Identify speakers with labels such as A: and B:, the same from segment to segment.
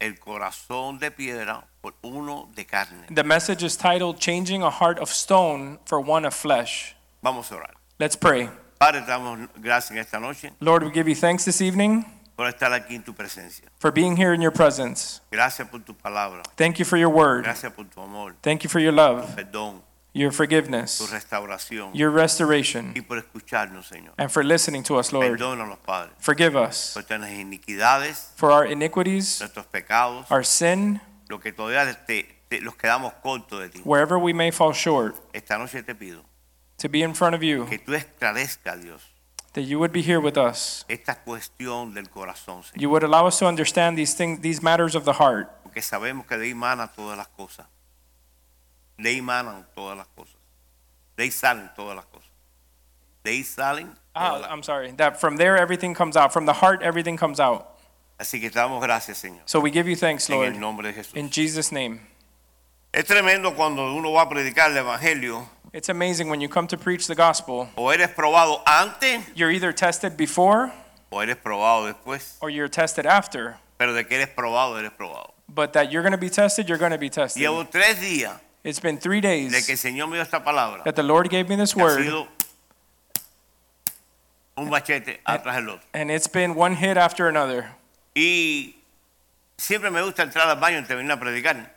A: el corazón de piedra por uno de carne.
B: The message is titled Changing a Heart of Stone for One of Flesh.
A: Vamos a orar.
B: Let's pray.
A: Padre, te damos gracias en esta noche
B: Lord, we give you thanks this evening
A: por estar aquí en tu presencia.
B: for being here in your presence.
A: Gracias por tu palabra.
B: Thank you for your word.
A: Gracias por tu amor,
B: Thank you for your love,
A: perdón,
B: your
A: tu
B: forgiveness,
A: restauración
B: your restoration,
A: y por escucharnos, Señor.
B: and for listening to us, Lord.
A: Perdónanos, Padre,
B: Forgive us
A: por nuestras iniquidades,
B: for our iniquities,
A: nuestros pecados,
B: our sin,
A: lo que todavía te, te- los quedamos cortos de ti.
B: wherever we may fall short,
A: Esta noche te pido
B: to be in front of you,
A: que tú esclarezcas, Dios,
B: that you would be here with us.
A: esta cuestión del corazón, Señor.
B: You would allow us to understand these things, these matters of the heart,
A: porque sabemos que de ahí manan todas las cosas. De ahí manan todas las cosas. De ahí salen todas las cosas. De ahí salen. todas
B: Ah,
A: las-
B: I'm sorry. That from there everything comes out. From the heart everything comes out.
A: Así que te damos gracias, Señor.
B: So we give you thanks,
A: En
B: Lord.
A: el nombre de Jesús.
B: In Jesus' name.
A: Es tremendo cuando uno va a predicar el Evangelio
B: It's amazing when you come to preach the gospel,
A: o eres probado antes
B: you're either tested before
A: o eres probado después.
B: or you're tested after.
A: Pero de que eres probado, eres probado.
B: But that you're going to be tested, you're going to be tested.
A: Llevo tres días
B: It's been three
A: de que el
B: days
A: Señor me dio esta palabra.
B: that the Lord gave me this
A: que ha
B: word,
A: sido un machete atrás del otro.
B: and it's been one hit after another.
A: Y siempre me gusta entrar al baño antes de venir a predicar.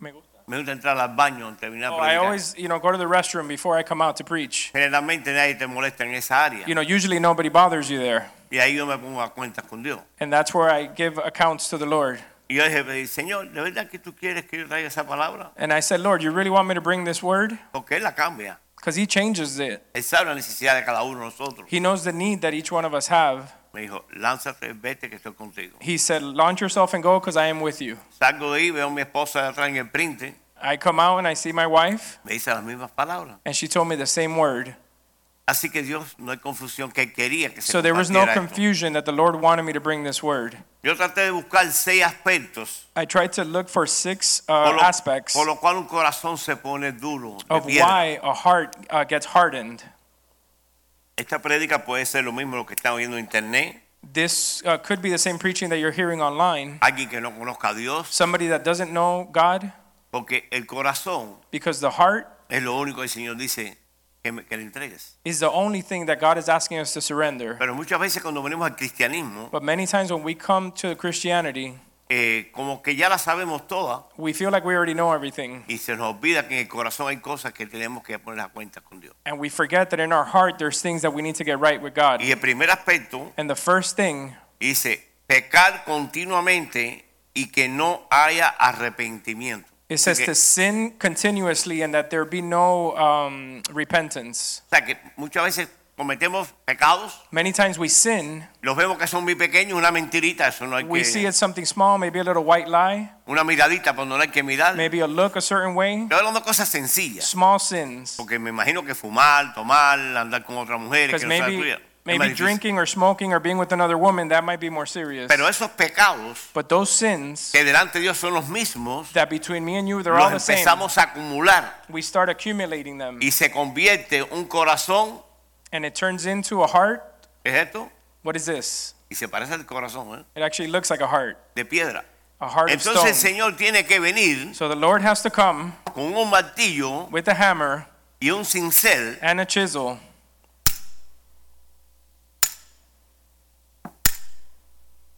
A: Me gusta entrar al baño antes de venir a
B: Oh, I
A: predicar.
B: always, you know, go to the restroom before I come out to preach.
A: Generalmente nadie te molesta en esa área.
B: You know, usually nobody bothers you there,
A: Y ahí yo me pongo a cuentas con Dios.
B: and that's where I give accounts to the Lord.
A: Y yo dije, Señor, ¿de verdad que tú quieres que yo traiga esa palabra?
B: And I said, Lord, you really want me to bring this word?
A: Porque Él la cambia.
B: Because He changes it.
A: Él sabe la necesidad de cada uno de nosotros.
B: He knows the need that each one of us have.
A: Me dijo, lánzate, vete que estoy contigo.
B: He said, Launch yourself and go, because I am with you.
A: Salgo de ahí, veo a mi esposa de atrás en el print.
B: I come out and I see my wife,
A: Me dice las mismas palabras.
B: and she told me the same word.
A: Así que Dios, no hay confusión que Él quería que se
B: So there was no
A: compartiera esto.
B: confusion that the Lord wanted me to bring this word.
A: Yo traté de buscar seis aspectos
B: I tried to look for six uh,
A: por lo,
B: aspects
A: por lo cual un corazón se pone duro. de
B: of
A: piedra.
B: why a heart uh, gets hardened.
A: Esta prédica puede ser lo mismo lo que están oyendo en internet.
B: This uh, could be the same preaching that you're hearing online.
A: Alguien que no conozca a Dios,
B: Somebody that doesn't know God,
A: porque el corazón
B: because the heart
A: es lo único que el Señor dice que, me- que le entregues.
B: is the only thing that God is asking us to surrender.
A: Pero muchas veces cuando venimos al cristianismo,
B: But many times when we come to Christianity,
A: eh, como que ya la sabemos todas
B: we feel like we already know everything.
A: y se nos olvida que en el corazón hay cosas que tenemos que poner a cuenta con Dios.
B: And we forget that in our heart, there's things that we need to get right with God.
A: Y el primer aspecto
B: And the first thing
A: dice, pecar continuamente y que no haya arrepentimiento.
B: It says
A: Así que-
B: to sin continuously and that there be no um, repentance.
A: O sea que muchas veces cometemos pecados,
B: Many times we sin,
A: los vemos que son muy pequeños, una mentirita, eso no hay
B: we see
A: que
B: it's something small, maybe a little white lie,
A: una miradita cuando no hay que mirar. Estoy
B: maybe a look a certain way.
A: hablando de cosas sencillas,
B: Small sins.
A: porque me imagino que fumar, tomar, andar con otras mujeres,
B: Because
A: que no sea tuya, es
B: Pues maybe,
A: más
B: maybe
A: difícil.
B: drinking or smoking or being with another woman, that might be more serious.
A: Pero esos pecados
B: But those sins
A: que delante de Dios son los mismos,
B: that between me and you, they're all
A: los
B: the same.
A: empezamos a acumular
B: We start accumulating them.
A: y se convierte un corazón,
B: And it turns into a heart.
A: ¿qué es esto?
B: What is this?
A: Y se parece al corazón, ¿eh?
B: It actually looks like a heart,
A: de piedra.
B: a heart of
A: Entonces el
B: stone.
A: Señor tiene que venir
B: So the Lord has to come
A: con un martillo
B: with a hammer
A: y un cincel
B: and a chisel.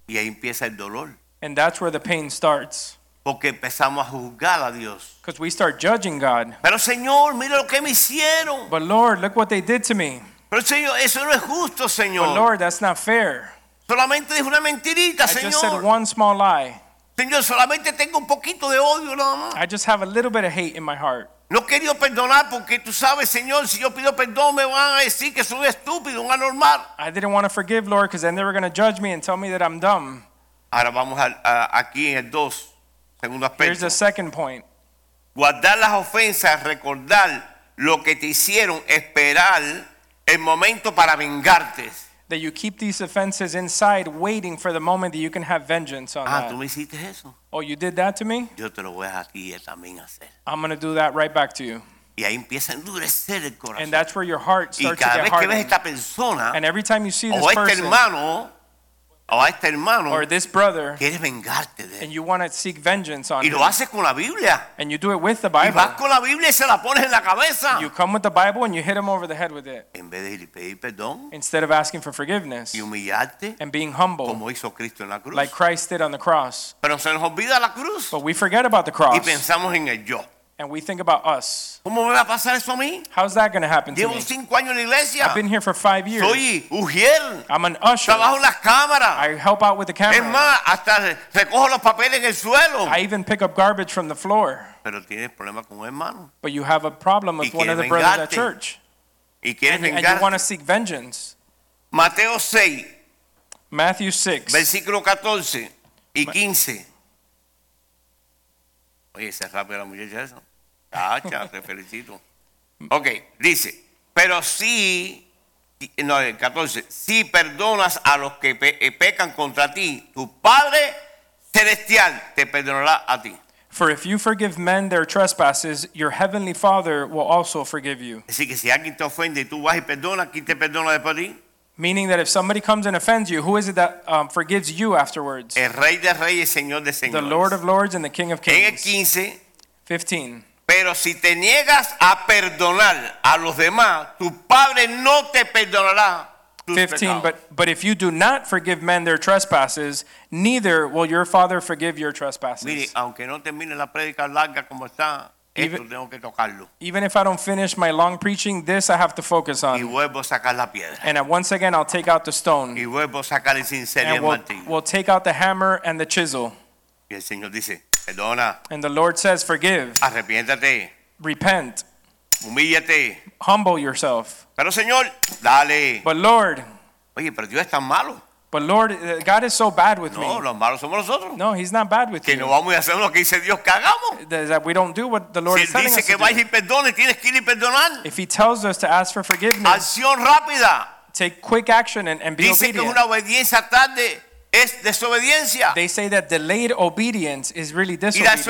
A: y ahí empieza el dolor.
B: And that's where the pain starts.
A: porque empezamos a juzgar a Dios.
B: Because we start judging God.
A: Pero Señor, mira lo que me hicieron.
B: But Lord, look what they did to me.
A: Pero Señor, eso no es justo,
B: But
A: Señor.
B: Lord, that's not fair.
A: Solamente es una mentirita,
B: I just said
A: Señor.
B: one small lie.
A: Señor, solamente tengo un poquito de odio nada más.
B: I just have a little bit of hate in my heart.
A: No he querido perdonar porque tú sabes, Señor, si yo pido perdón me van a decir que soy estúpido, un anormal.
B: I didn't want to forgive, Lord, because then they were going to judge me and tell me that I'm dumb.
A: Ahora vamos al- a- aquí en el 2, segundo
B: Here's
A: aspecto.
B: the second point.
A: Guardar las ofensas, recordar lo que te hicieron, esperar el momento para vengarte.
B: That you keep these offenses inside, waiting for the moment that you can have vengeance on
A: Ah,
B: that.
A: tú me hiciste eso.
B: Oh, you did that to me?
A: Yo te lo voy a ti también hacer.
B: I'm going to do that right back to you.
A: Y ahí empieza a endurecer el
B: And
A: corazón.
B: that's where your heart
A: Ah, Y
B: starts to
A: cada
B: get
A: vez que ves
B: hardened.
A: esta persona
B: And every time you see
A: o
B: this
A: a este
B: person
A: hermano o a este
B: or
A: hermano,
B: this brother
A: quieres vengarte de él.
B: and you want to seek vengeance on
A: Y
B: him,
A: lo haces con la Biblia.
B: and you do it with the
A: Y vas
B: Bible,
A: con la Biblia y se la pones en la cabeza.
B: you come with the Bible and you hit him over the head with it
A: En vez de ir y pedir perdón
B: instead of asking for forgiveness
A: y humillarte
B: and being humble
A: como hizo Cristo en la cruz.
B: like Christ did on the cross.
A: Pero se nos olvida la cruz
B: But we forget about the
A: y
B: cross
A: pensamos en el yo.
B: and we think about us.
A: ¿Cómo me va a pasar eso a mí?
B: How's that going to happen to
A: Llevo
B: me?
A: cinco años en la iglesia.
B: I've been here for five years.
A: Soy ujier.
B: I'm an usher.
A: Trabajo en las cámaras.
B: I help out with the
A: Es
B: camera.
A: más, hasta recojo los papeles en el suelo.
B: I even pick up garbage from the floor.
A: Pero tienes problemas con un hermano.
B: But you have a problem
A: Y
B: with one of
A: quieres
B: the brothers at
A: vengarte.
B: church.
A: Y quieres
B: And, and you want
A: vengar.
B: to seek vengeance.
A: Mateo 6,
B: Matthew 6.
A: versículo 14 y 15. Oye, se rápido la muchacha eso. Cacha, te felicito. Ok, dice, pero si, no, el 14, si perdonas a los que pe- eh, pecan contra ti, tu Padre Celestial te perdonará a ti.
B: For if you forgive men their trespasses, your heavenly Father will also forgive you.
A: Así que si alguien te ofende y tú vas y perdonas, ¿quién te perdona después de ti?
B: Meaning that if somebody comes and offends you, who is it that um, forgives you afterwards?
A: El Rey de Reyes, Señor de
B: The
A: Señores.
B: Lord of Lords and the King of
A: En el
B: Kings.
A: 15
B: 15.
A: Pero si te niegas a perdonar a los demás, tu Padre no te perdonará tus
B: 15.
A: pecados.
B: But, but if you do not forgive men their trespasses, neither will your Father forgive your
A: Mire,
B: trespasses.
A: aunque no termine la prédica larga como está, esto
B: Even-
A: tengo que tocarlo.
B: Even if I don't finish my long preaching, this I have to focus
A: Y
B: on.
A: vuelvo a sacar la piedra.
B: And uh, once again, I'll take out the
A: Y
B: stone.
A: vuelvo a sacar el sincero y el
B: And we'll,
A: martillo.
B: we'll take out the hammer and the chisel.
A: Y el Señor dice, perdona,
B: And the Lord says, Forgive,
A: arrepiéntate,
B: repent,
A: humíllate.
B: humble yourself.
A: Pero Señor, dale.
B: But Lord,
A: Oye, pero Dios es tan malo.
B: but Lord, uh, God is so bad with
A: No,
B: me.
A: los malos somos nosotros.
B: No, He's not bad with
A: Que no
B: you.
A: vamos a hacer lo que dice Dios que hagamos.
B: That that we don't do what the Lord
A: Si
B: is
A: Él
B: telling
A: dice
B: us
A: que
B: to
A: vayas
B: do.
A: y perdones, tienes que ir y perdonar.
B: If He tells us to ask for forgiveness,
A: Acción rápida.
B: take quick action and, and be
A: Dice que
B: obedient.
A: una obediencia tarde es desobediencia.
B: They say that delayed obedience is really
A: Y la
B: disobedience.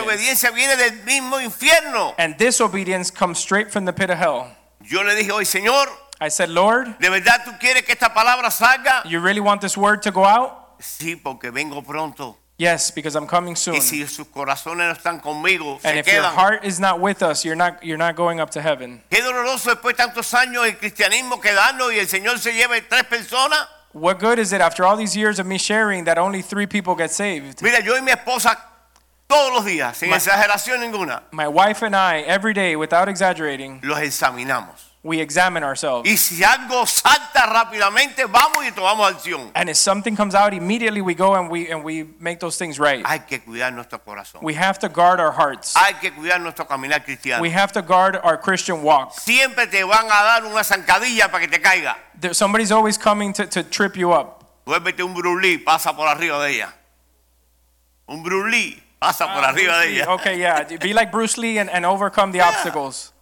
A: desobediencia viene del mismo infierno.
B: And disobedience comes straight from the pit of hell.
A: Yo le dije hoy, Señor,
B: I said, Lord,
A: ¿de verdad tú quieres que esta palabra salga?
B: you really want this word to go out?
A: Sí, porque vengo pronto.
B: Yes, because I'm coming soon.
A: Y si sus corazones no están conmigo,
B: And
A: se
B: if your
A: quedan.
B: heart is not with us, you're not you're not going up to heaven.
A: Qué doloroso después de tantos años el cristianismo quedarnos y el Señor se lleve tres personas.
B: What good is it after all these years of me sharing that only three people get saved?
A: Mira, yo y mi esposa todos los días, sin
B: Ma-
A: exageración ninguna,
B: My wife and I, every day, without exaggerating,
A: los examinamos.
B: we examine ourselves.
A: Y si algo salta rápidamente, vamos y tomamos acción.
B: And if something comes out immediately, we go and we and we make those things right.
A: Hay que cuidar nuestro corazón.
B: We have to guard our hearts.
A: Hay que cuidar nuestro caminar cristiano.
B: We have to guard our Christian walk.
A: Siempre te van a dar una zancadilla para que te caiga.
B: There, somebody's always coming to, to trip you up.
A: Vuélvete un brulí, pasa por arriba de ella. Un brulí, pasa
B: Ah,
A: por arriba de ella.
B: Okay, yeah. Be like Bruce Lee and, and overcome the obstacles.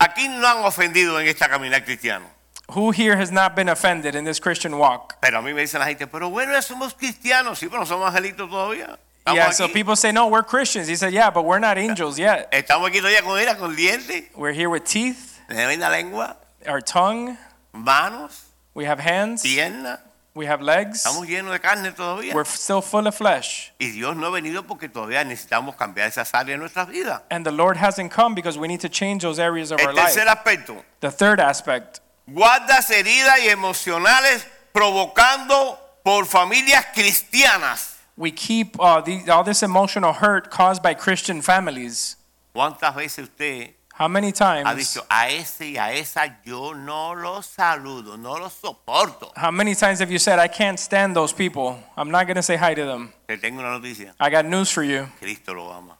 A: Aquí no han ofendido en esta caminar cristiano.
B: Who here has not been offended in this Christian walk?
A: Pero a mí me dicen la gente, pero bueno, ya somos cristianos. Sí, pero no somos angelitos todavía. Estamos,
B: Yeah,
A: aquí,
B: so people say, no, we're Christians. He said, yeah, but we're not angels yet.
A: estamos aquí todavía con ira, con dientes,
B: We're here with teeth,
A: me ven la lengua,
B: our tongue,
A: manos,
B: we have hands,
A: piernas.
B: we have legs.
A: Estamos llenos de carne todavía.
B: We're still full of flesh.
A: Y Dios no ha venido porque todavía necesitamos cambiar esas áreas de nuestras vidas.
B: And the Lord hasn't come because we need to change those areas of our
A: El
B: life.
A: tercer aspecto,
B: The third aspect
A: guardas heridas y emocionales provocando por familias cristianas.
B: we keep uh, the, all this emotional hurt caused by Christian families.
A: ¿Cuántas veces usted
B: How many
A: ha
B: times?
A: dicho a ese y a esa yo no los saludo, no los soporto?
B: How many times have you said, I can't stand those people? I'm not going to say hi to them.
A: Te tengo una noticia,
B: I got news for you.
A: Cristo lo ama.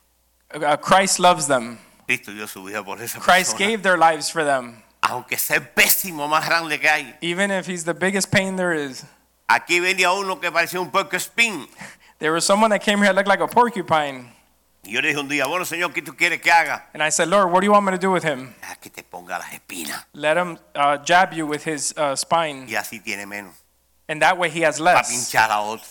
B: Uh, Christ loves them.
A: Cristo dio su vida por esa
B: Christ
A: persona.
B: gave their lives for them.
A: Aunque sea el pésimo más grande que hay.
B: Even if he's the biggest pain there is.
A: Aquí venía uno que parecía un puerco spin.
B: There was someone that came here that looked like a porcupine.
A: Y yo le dije un día, bueno, Señor, ¿qué tú quieres que haga?
B: And I said, Lord, what do you want me to do with him?
A: Ah, que te ponga las espinas.
B: Let him uh, jab you with his uh, spine.
A: Y así tiene menos.
B: And that way he has
A: Para
B: less.
A: pinchar a otro.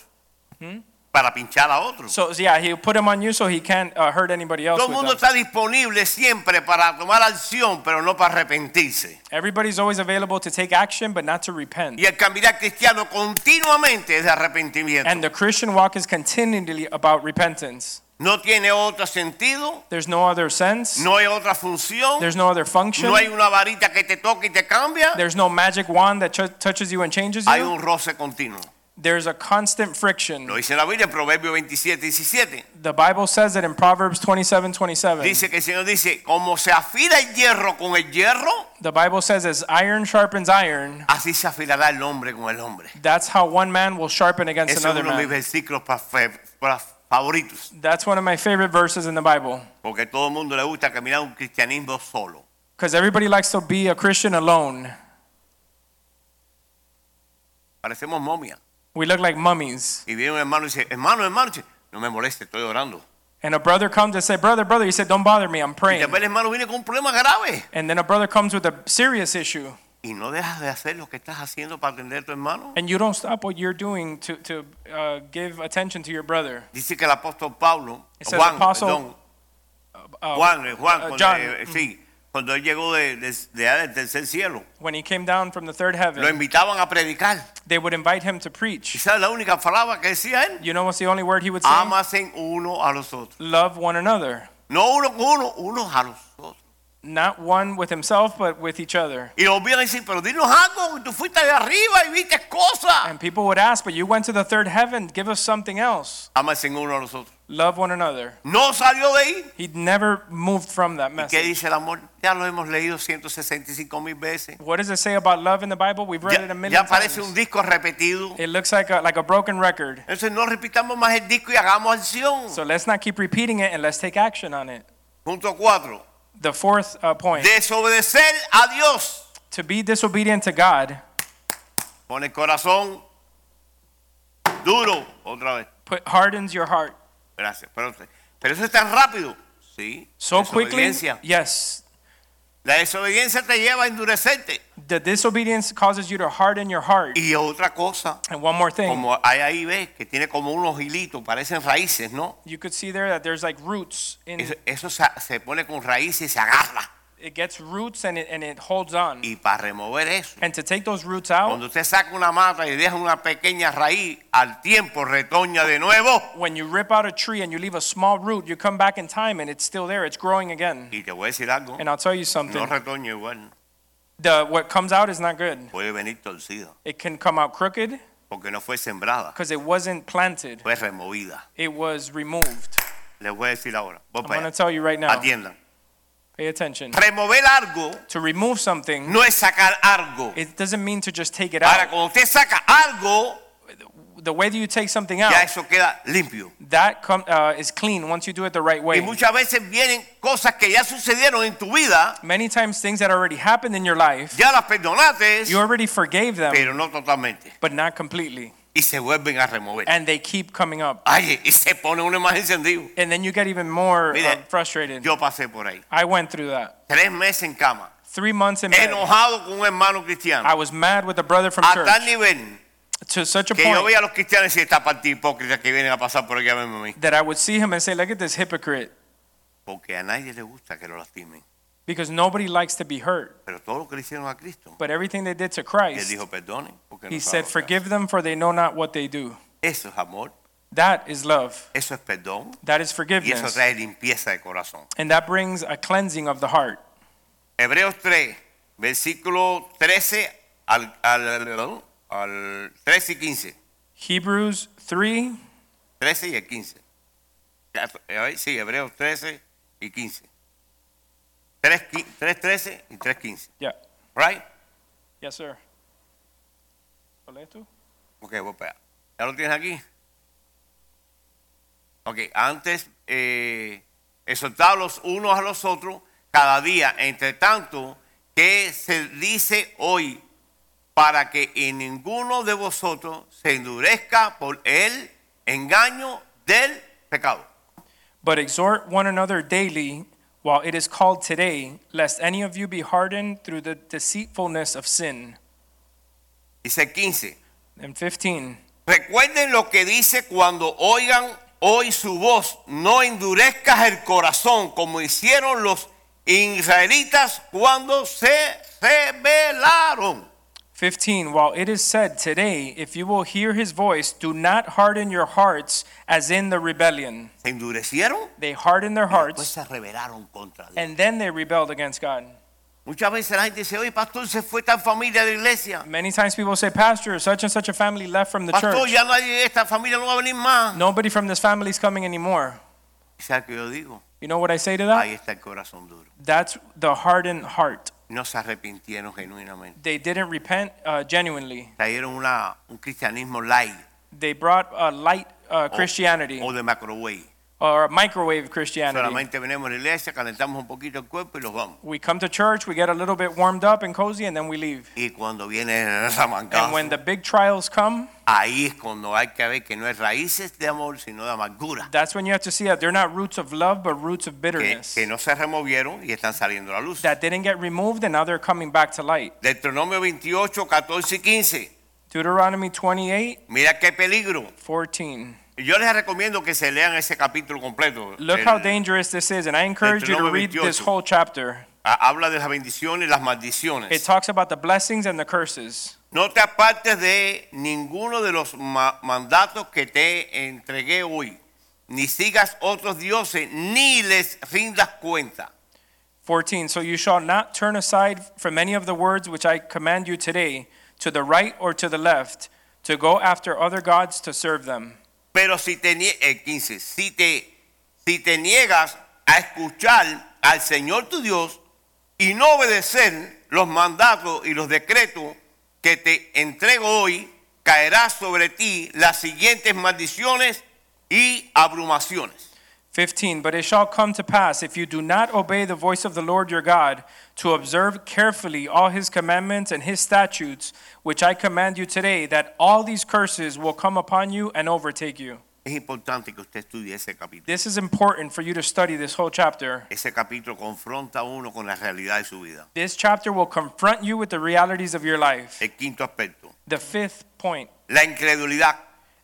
A: Para pinchar a otro.
B: So yeah, he'll put him on you so he can't uh, hurt anybody else.
A: Todo el
B: with
A: mundo
B: them.
A: está disponible siempre para tomar acción, pero no para arrepentirse.
B: Everybody's always available to take action, but not to repent.
A: Y el caminar cristiano continuamente es de arrepentimiento.
B: And the Christian walk is continually about repentance.
A: no tiene otro sentido,
B: There's no other sense.
A: no hay otra función,
B: There's no other function.
A: no hay una varita que te toque y te cambia.
B: There's no magic wand that ch- touches you and changes
A: Hay
B: you.
A: un roce continuo.
B: There's a constant friction.
A: Lo dice la Biblia en Proverbio 27, 17.
B: The Bible says it in Proverbs 27, 27.
A: Dice que el Señor dice, como se afila el hierro con el hierro,
B: The Bible says as iron sharpens iron,
A: así se afilará el hombre con el hombre.
B: that's how one man will sharpen against
A: Ese es
B: another
A: uno de mis
B: man.
A: versículos pa- fa- pa- favoritos,
B: That's one of my favorite verses in the Bible.
A: porque a todo el mundo le gusta caminar un cristianismo solo.
B: Because everybody likes to be a Christian alone.
A: Parecemos momia.
B: We look like mummies.
A: Y viene un hermano y dice, hermano, hermano, dice, no me moleste, estoy orando.
B: And a brother comes and say, Brother, brother, you said, Don't bother me, I'm
A: Y
B: praying.
A: después el hermano viene con un problema grave.
B: And then a brother comes with a serious issue.
A: Y no dejas de hacer lo que estás haciendo para atender a tu hermano.
B: And you don't stop what you're doing to, to uh, give attention to your brother.
A: Dice que el apóstol Pablo,
B: It says
A: Juan,
B: apostle-
A: perdón,
B: Uh,
A: Juan, eh, Juan,
B: uh,
A: cuando,
B: John.
A: eh, sí, cuando él llegó de, de, de allá del tercer cielo,
B: When he came down from the third
A: lo
B: heaven,
A: invitaban a predicar.
B: they would invite him to
A: ¿Y
B: preach.
A: sabes la única palabra que decía él?
B: You know what's the only word he would say?
A: Amasen uno a los otros.
B: Love one another.
A: No uno con uno, unos a los otros.
B: Not one with himself, but with each other.
A: Y volvían a decir, pero dinos algo, que tú fuiste de arriba y viste cosas.
B: And people would ask, But you went to the third heaven, give us something else.
A: Amasen uno a los otros.
B: Love one another.
A: No salió de ahí.
B: He never moved from that
A: ¿Y qué
B: message.
A: dice el amor? Ya lo hemos leído 165 mil veces.
B: What does it say about love in the Bible? We've read
A: Ya,
B: it
A: ya
B: a million
A: parece un
B: times. Eh.
A: disco repetido.
B: It looks like a, like a broken record.
A: Entonces no repitamos más el disco y hagamos acción.
B: So let's not keep repeating it and let's take action on it.
A: Punto 4.
B: The fourth uh, point
A: Desobedecer a Dios.
B: to be disobedient to God,
A: Con el corazón duro. Otra vez.
B: put, hardens your heart
A: Gracias. Pero, pero eso es tan rápido. Sí.
B: so quickly.
A: desobediencia.
B: Yes,
A: La desobediencia te lleva a endurecerte.
B: the disobedience causes you to harden your heart.
A: Y otra cosa,
B: And one more thing
A: como hay ahí ves, que tiene como unos hilitos, parecen raíces, ¿no?
B: you could see there that there's like roots, in
A: Eso, eso se, se pone con raíces y se agarra.
B: it gets roots and it, and it holds on.
A: Y para remover eso,
B: And to take those roots out,
A: cuando usted saca una mata y deja una pequeña raíz, al tiempo retoña de nuevo.
B: when you rip out a tree and you leave a small root, you come back in time and it's still there, it's growing again.
A: Y te voy a decir algo,
B: And I'll tell you
A: no
B: something
A: retoña igual,
B: the, what comes out is not good,
A: puede venir torcida,
B: it can come out crooked
A: porque no fue sembrada,
B: because it wasn't planted,
A: fue removida.
B: it was removed.
A: Les voy a decir ahora, voy
B: I'm
A: para
B: going to
A: allá.
B: tell you right now.
A: atiendan.
B: Pay attention.
A: Remover algo
B: To remove something,
A: no es sacar algo.
B: it doesn't mean to just take it
A: Ahora,
B: out.
A: cuando usted saca algo,
B: The way that you take something
A: ya
B: out,
A: eso queda limpio.
B: that com- uh, is clean once you do it the right
A: Y
B: way.
A: muchas veces vienen cosas que ya sucedieron en tu vida,
B: Many times, things that already happened in your life,
A: ya las perdonaste,
B: you already forgave them,
A: pero no totalmente.
B: but not completely.
A: Y se vuelven a remover.
B: And they keep coming up.
A: Ay, y se pone uno más encendido.
B: And then you get even more
A: Mire,
B: um, frustrated.
A: Yo pasé por ahí.
B: I went through that.
A: Tres meses en cama.
B: Three months in bed,
A: Enojado con un hermano cristiano.
B: I was mad with a brother from
A: A
B: church
A: tal nivel
B: to such a
A: Ah, que yo
B: point
A: veía a los cristianos y decía, esta parte hipócrita que vienen a pasar por aquí a verme a mí.
B: that I would see him and say, Look at this hypocrite.
A: Porque a nadie le gusta que lo lastimen.
B: Because nobody likes to be hurt.
A: Pero todo lo que le hicieron a Cristo.
B: But everything they did to
A: Y él
B: Christ,
A: dijo, perdonen. Porque no saben
B: He said,
A: lo que hacen".
B: Forgive them, for they know not what they do.
A: Eso es amor.
B: That is love.
A: Eso es perdón.
B: That is
A: Y eso
B: forgiveness.
A: trae limpieza de corazón.
B: And that brings a cleansing of the heart.
A: Hebreos 3, versículo 13 al, al, al 13 y 15.
B: Hebrews 3,
A: 13 y el 15. Ya, eh, ahí Sí, Hebreos 13 y 15. 3, 13 y 3, 15.
B: yeah.
A: Right?
B: Yes, sir. ¿Lo lees tú?
A: Ok, voy para allá. ¿Ya lo tienes aquí? Ok, antes eh, exhortar los unos a los otros cada día, entre tanto que se dice hoy, para que en ninguno de vosotros se endurezca por el engaño del pecado.
B: But exhort one another daily while it is called today, lest any of you be hardened through the deceitfulness of sin.
A: Dice 15.
B: And 15.
A: Recuerden lo que dice cuando oigan hoy su voz, no endurezcas el corazón como hicieron los israelitas cuando se rebelaron.
B: 15 While it is said today, if you will hear his voice, do not harden your hearts as in the rebellion.
A: Se endurecieron,
B: They hardened their
A: pues
B: hearts
A: se rebelaron contra Dios.
B: and then they rebelled against God.
A: Muchas veces la gente dice, oye, pastor, se fue tan familia de la iglesia.
B: Many times people say, Pastor, such and such a family left from the
A: Pastor,
B: church.
A: ya nadie de esta familia no va a venir más.
B: Nobody from this family is coming anymore.
A: ¿Sabes qué yo digo?
B: You know what I say to that?
A: Ahí está el corazón duro.
B: That's the hardened heart.
A: No se arrepintieron genuinamente.
B: They didn't repent uh, genuinely.
A: Trajeron una, un cristianismo light
B: They brought a light uh,
A: o-
B: Christianity
A: o de microwave.
B: or a microwave Christianity.
A: Solamente venimos a la iglesia, calentamos un poquito el cuerpo y los vamos.
B: We come to church, we get a little bit warmed up and cozy, and then we leave.
A: Y cuando viene el
B: And
A: ramangazo,
B: when the big trials come,
A: ahí es cuando hay que ver que no es raíces de amor, sino de amargura.
B: that's when you have to see that they're not roots of love, but roots of
A: Que,
B: bitterness.
A: que no se removieron y están saliendo a la luz.
B: That didn't get removed, and now they're coming back to light.
A: Deuteronomio 28, 14 y 15.
B: Deuteronomy 28,
A: Mira qué peligro.
B: 14.
A: Y Yo les recomiendo que se lean ese capítulo completo.
B: Look
A: El-
B: how dangerous this is, and I encourage you to
A: Deuteronomio
B: read this
A: 28.
B: whole chapter.
A: ha- habla de las bendiciones y las
B: It
A: maldiciones.
B: talks about the blessings and the curses.
A: No te apartes de ninguno de los ma- mandatos que te entregué hoy. Ni sigas otros dioses, ni les rindas cuenta.
B: 14. So you shall not turn aside from any of the words which I command you today, to the right or to the left, to go after other gods to serve them.
A: Pero si te, nie- eh, 15, si te, si te niegas a escuchar al Señor tu Dios y no obedecer los mandatos y los decretos que te entrego hoy, caerá sobre ti las siguientes maldiciones y abrumaciones.
B: 15. But it shall come to pass, if you do not obey the voice of the Lord your God, to observe carefully all his commandments and his statutes, which I command you today, that all these curses will come upon you and overtake you.
A: Es importante que usted estudie ese capítulo.
B: This is important for you to study this whole chapter.
A: Ese capítulo confronta a uno con la realidad de su vida.
B: This chapter will confront you with the realities of your life.
A: El quinto aspecto,
B: The fifth point
A: la incredulidad.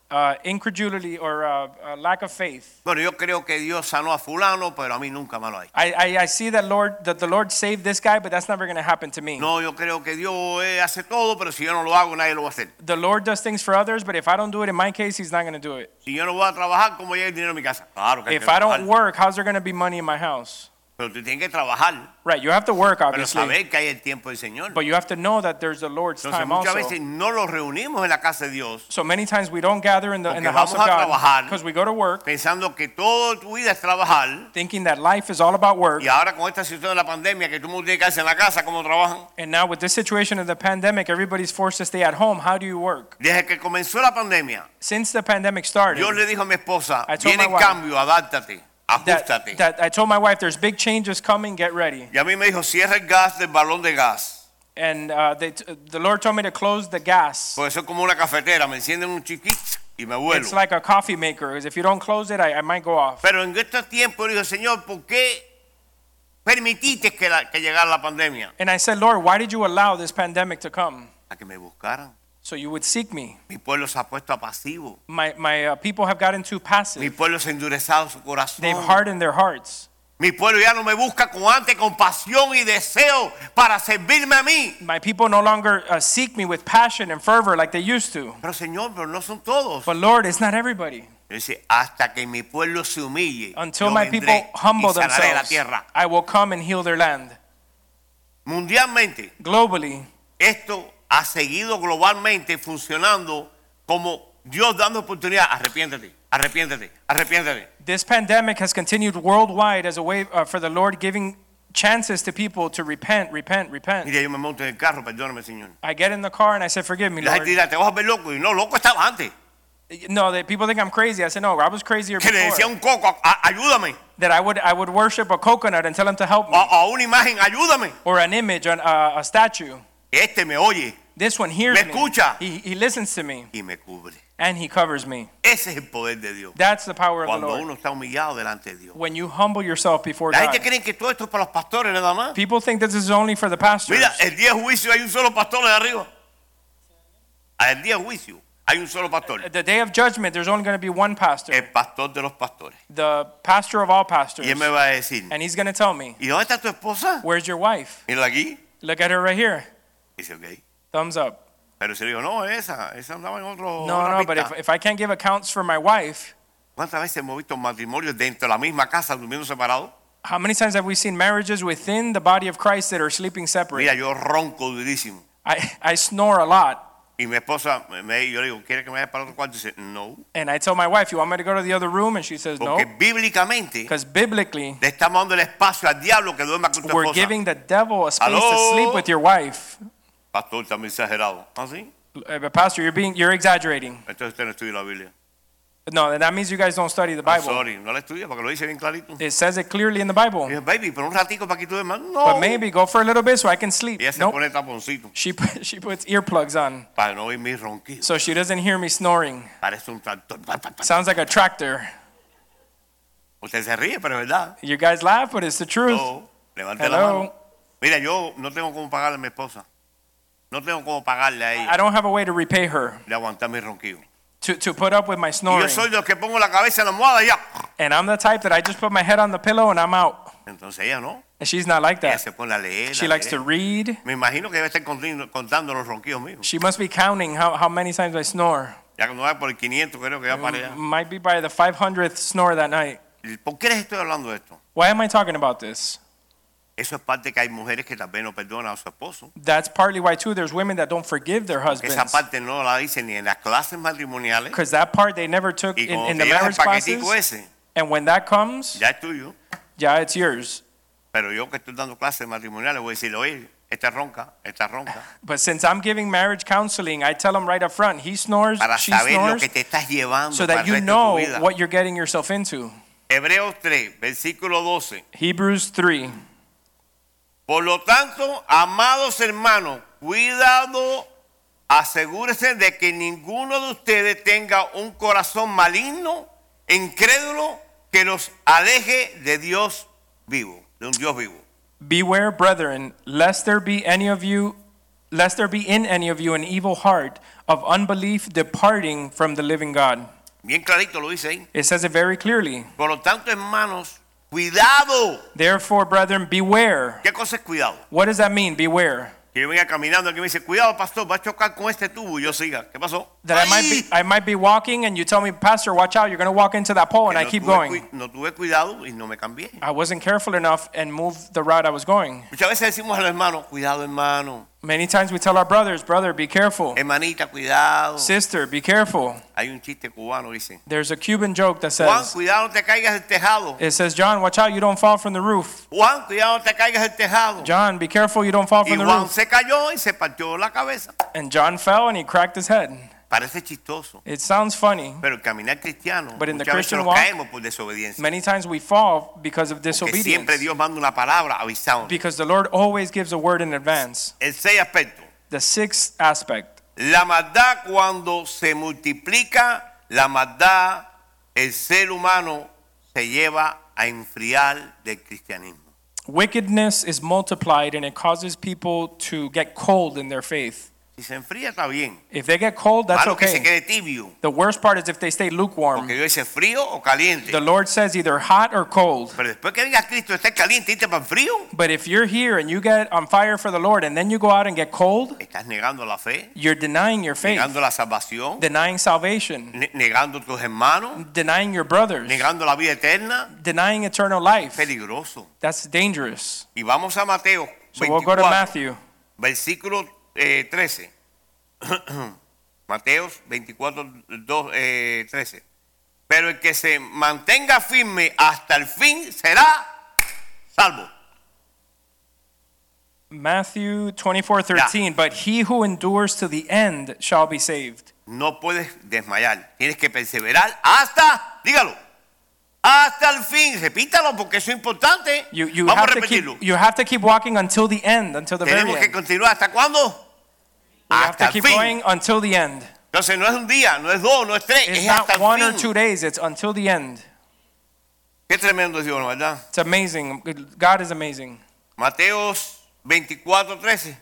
B: uh, incredulity or uh, uh, lack of faith.
A: Bueno, yo creo que Dios sanó a fulano, pero a mí nunca me lo ha hecho.
B: I, I, I see that Lord that the Lord saved this guy, but that's never going to happen to me.
A: No, yo creo que Dios eh, hace todo, pero si yo no lo hago, nadie lo va a hacer.
B: The Lord does things for others, but if I don't do it in my case, He's not going to do it.
A: Si yo no voy a trabajar, ¿cómo llega el dinero a mi casa? Claro que hay que
B: If I don't
A: trabajar.
B: work, how's there going to be money in my house?
A: Pero tú tienes que trabajar,
B: Right, you have to work,
A: pero
B: obviously,
A: saber que hay el tiempo del Señor.
B: but you have to know that there's the Lord's
A: Entonces,
B: time
A: muchas
B: also.
A: veces no los reunimos en la casa de Dios
B: So many times we don't gather in the, in the
A: Porque
B: house of
A: vamos a
B: God
A: trabajar.
B: because we go to work
A: pensando que toda tu vida es trabajar.
B: thinking that life is all about work.
A: Y ahora con esta situación de la pandemia, que tú mundo tiene que hacer en la casa, ¿cómo trabajan?
B: And now with this situation of the pandemic, everybody's forced to stay at home. How do you work?
A: Desde que comenzó la pandemia,
B: Since the pandemic started,
A: Dios le dijo a mi esposa,
B: I told
A: viene
B: my
A: el
B: wife-
A: cambio, adáptate, ajustate.
B: that, that I told my wife, there's big changes coming, get ready.
A: y a mí me dijo, cierra el gas del balón de gas.
B: And uh, they t- the Lord told me to close the gas.
A: Porque Pues eso es como una cafetera, me encienden un chiquit y me vuelvo.
B: It's like a coffee maker, because if you don't close it, I, I might go off.
A: Pero en este estos tiempos dijo, Señor, ¿por qué permitiste que, la- que llegara la pandemia?
B: And I said, Lord, why did you allow this pandemic to come?
A: A que me buscaran.
B: So you would seek me.
A: Mi pueblo se ha puesto a pasivo.
B: My, my uh, people have gotten
A: Mi
B: too passive.
A: pueblo se ha endurezado su corazón.
B: They've hardened their hearts.
A: Mi pueblo ya no me busca con antes compasión y deseo para servirme a mí.
B: My people no longer uh, seek me with passion and fervor like they used to.
A: Pero Señor, pero no son todos.
B: But Lord, it's not everybody.
A: Dice, hasta que mi pueblo se humille,
B: Until
A: yo
B: my
A: vendré
B: people humble
A: y sanaré la
B: themselves,
A: tierra.
B: I will come and heal their land.
A: Mundialmente,
B: Globally,
A: esto ha seguido globalmente funcionando como Dios dando oportunidad. Arrepiéntete, arrepiéntete, arrepiéntete.
B: this pandemic has continued worldwide as a way uh, for the Lord giving chances to people to repent, repent, repent.
A: Mira, yo me monto en el carro, perdóname, Señor.
B: I get in the car and I say, Forgive me,
A: Y la gente
B: Lord.
A: dirá, te vas a ver loco. Y no, loco estaba antes.
B: No, that people think I'm crazy. I said, No, I was crazier
A: Que le decía a
B: before.
A: un coco, "A- ayúdame.
B: That I would, I would worship a coconut and tell him to help
A: O
B: me,
A: a una imagen, ayúdame.
B: or an image, an, uh, a statue.
A: Este me oye.
B: This one hears
A: Me
B: me.
A: escucha.
B: He, he listens to me
A: y me cubre.
B: and he covers me.
A: Ese es el poder de Dios.
B: That's the power of the
A: Cuando
B: Lord.
A: uno está humillado delante de Dios.
B: When you humble yourself before
A: La
B: God,
A: gente cree que todo esto es para los pastores nada más.
B: people think this is only for the pastors.
A: Mira, eh, el día de juicio hay un solo pastor de arriba. Ah, El día de juicio hay un solo pastor.
B: At the day of judgment, there's only going to be one pastor,
A: El pastor de los pastores.
B: the pastor of all pastors.
A: eh, Y él me va a decir,
B: And he's going to tell me,
A: ¿y dónde está tu esposa?
B: Where's your wife?
A: Mírala aquí.
B: Look at her right here.
A: Dice, ok.
B: Thumbs up.
A: Pero se le digo, no, esa, esa andaba en otro.
B: No,
A: otra
B: no, but
A: pista".
B: if, if I can't give accounts for my wife,
A: ¿Cuántas veces hemos visto matrimonios dentro de la misma casa durmiendo separados?
B: how many times have we seen marriages within the body of Christ that are sleeping separate?
A: Mira, yo ronco durísimo.
B: I, I snore a lot,
A: Y mi esposa, me, yo le digo, ¿quiere que me vaya para otro cuarto? Dice, no.
B: and I tell my wife, You want me to go to the other room? And she says, No.
A: Porque bíblicamente
B: Because biblically,
A: le estamos dando el espacio al diablo que duerma con tu
B: we're
A: esposa.
B: giving the devil a space
A: Hello?
B: to sleep with your wife.
A: Pastor, está muy exagerado. ¿Ah, sí?
B: Uh, But Pastor, you're being you're exaggerating.
A: Entonces usted no estudia la Biblia.
B: No, that means you guys don't study the
A: I'm
B: Bible.
A: sorry, no la estudia porque lo dice bien clarito.
B: It says it clearly in the Bible.
A: Y Dije, baby, pero un ratico para que tú duermas. No.
B: But Pues, maybe go for a little bit so I can
A: Y
B: sleep.
A: Ella se
B: Nope.
A: pone taponcito
B: She put, she puts earplugs on
A: para no oír mis ronquidos.
B: so she doesn't hear me snoring.
A: Parece un tractor. Pa, pa, pa.
B: Sounds like a tractor.
A: Usted se ríe, pero es verdad.
B: You guys laugh, but it's the truth.
A: No. Levante la
B: Hello.
A: mano. Mira, yo no tengo cómo pagarle a mi esposa. No tengo cómo pagarle a
B: I
A: ella
B: don't have a way to repay her
A: de aguantar mis ronquidos.
B: to, to put up with my
A: Y yo
B: snoring.
A: soy de los que pongo la cabeza en la almohada y ya.
B: And I'm the type that I just put my head on the pillow and I'm out.
A: Entonces ella no.
B: And she's not like
A: Ella
B: that.
A: se pone a leer.
B: She
A: a
B: likes to
A: leer.
B: read.
A: Me imagino que debe estar contando, contando los ronquidos míos.
B: She must be counting how, how many times I snore.
A: Ya cuando va por el 500, creo que ya para allá.
B: Might be by the 500th snore that night.
A: ¿Por qué les estoy hablando de esto?
B: Why am I talking about this?
A: Eso es parte que hay mujeres que también no perdonan a su esposo.
B: That's partly why, too, there's women that don't forgive their
A: Que esa
B: husbands.
A: parte no la dicen ni en las clases matrimoniales.
B: Because that part they never took
A: Y
B: in,
A: cuando
B: in
A: te
B: the
A: llevas el
B: marriage
A: paquetico
B: classes.
A: ese,
B: And when that comes,
A: ya es tuyo.
B: yeah, it's yours.
A: Pero yo que estoy dando clases matrimoniales voy a decir, oye, esta ronca, esta ronca.
B: But since I'm giving marriage counseling, I tell them right up front, he snores,
A: Para
B: she
A: saber lo
B: snores,
A: que te estás llevando
B: so
A: para el
B: that you
A: resto de tu
B: know
A: vida.
B: what you're getting yourself into.
A: Hebreos 3, versículo 12.
B: Hebrews 3.
A: Por lo tanto, amados hermanos, cuidado, asegúrese de que ninguno de ustedes tenga un corazón maligno, incrédulo, que los aleje de Dios vivo, de un Dios vivo.
B: Beware, brethren, lest there be any of you, lest there be in any of you an evil heart of unbelief departing from the living God.
A: Bien clarito lo dice ahí.
B: It says it very clearly.
A: Por lo tanto, hermanos, cuidado.
B: Therefore, brethren, beware.
A: ¿Qué cosa es cuidado?
B: What does that mean? Beware.
A: Que yo venga caminando aquí y me dice, cuidado, pastor, va a chocar con este tubo y yo siga. ¿Qué pasó?
B: That I might
A: ¡Ay!
B: be I might be walking and you tell me, Pastor, watch out, you're gonna walk into that pole and
A: Que
B: I
A: no
B: keep
A: tuve
B: going.
A: cui- no tuve cuidado y no me cambié.
B: I wasn't careful enough and moved the route I was going.
A: Muchas veces decimos a los hermanos, cuidado hermano,
B: Many times we tell our brothers, brother, be careful.
A: hermanita, cuidado.
B: Sister, be careful.
A: Hay un chiste cubano, dice.
B: There's a Cuban joke that
A: Juan,
B: says
A: cuidado, no te caigas del tejado.
B: it says, John, watch out, you don't fall from the roof.
A: Juan, cuidado, no te caigas del tejado.
B: John, be careful, you don't fall
A: Y
B: from the
A: Juan
B: roof.
A: se cayó y se partió la cabeza.
B: And John fell and he cracked his head.
A: Parece chistoso,
B: It sounds funny.
A: pero el caminar cristiano,
B: But in the
A: muchas veces
B: Christian
A: nos
B: walk,
A: caemos por desobediencia.
B: Many times we fall because of
A: Que siempre
B: disobedience.
A: Dios manda una palabra avisando.
B: Because the Lord always gives a word in advance.
A: En seis aspectos.
B: The sixth aspect.
A: La maldad cuando se multiplica, la maldad, el ser humano se lleva a enfriar del cristianismo.
B: Wickedness is multiplied and it causes people to get cold in their faith.
A: Si se enfría está bien.
B: If they get cold, that's
A: Malo que se
B: okay.
A: quede tibio.
B: The worst part is if they stay lukewarm.
A: Porque Dios dice frío o caliente.
B: The Lord says either hot or cold.
A: Pero después que venga Cristo, está caliente y te para el frío.
B: But if you're here and you get on fire for the Lord and then you go out and get cold,
A: Estás negando la fe,
B: you're denying your faith,
A: negando la salvación,
B: denying salvation,
A: ne- negando tus hermanos,
B: denying your brothers,
A: negando la vida eterna.
B: denying eternal life.
A: Peligroso.
B: That's dangerous.
A: Y vamos a Mateo
B: So we'll go to
A: 24,
B: Matthew
A: versículo eh, 13. Mateo 24, 2, eh, 13. Pero el que se mantenga firme hasta el fin será salvo.
B: Matthew 24:13, but he who endures to the end shall be saved.
A: No puedes desmayar. Tienes que perseverar hasta, dígalo, hasta el fin. Repítalo porque eso es importante.
B: You, you,
A: Vamos a
B: have to
A: repetirlo.
B: keep, you have to keep walking until the end, until the very
A: Tenemos que
B: end.
A: continuar. ¿Hasta cuándo?
B: You have
A: Hasta
B: to
A: el
B: keep
A: fin.
B: going until the end.
A: Entonces no es un día, no es dos, no es tres,
B: It's
A: es hasta
B: not one or
A: el
B: two
A: fin.
B: days, it's until the end.
A: Qué tremendo es Dios, ¿no? ¿verdad?
B: It's amazing. God is amazing.
A: Mateos 24, 13.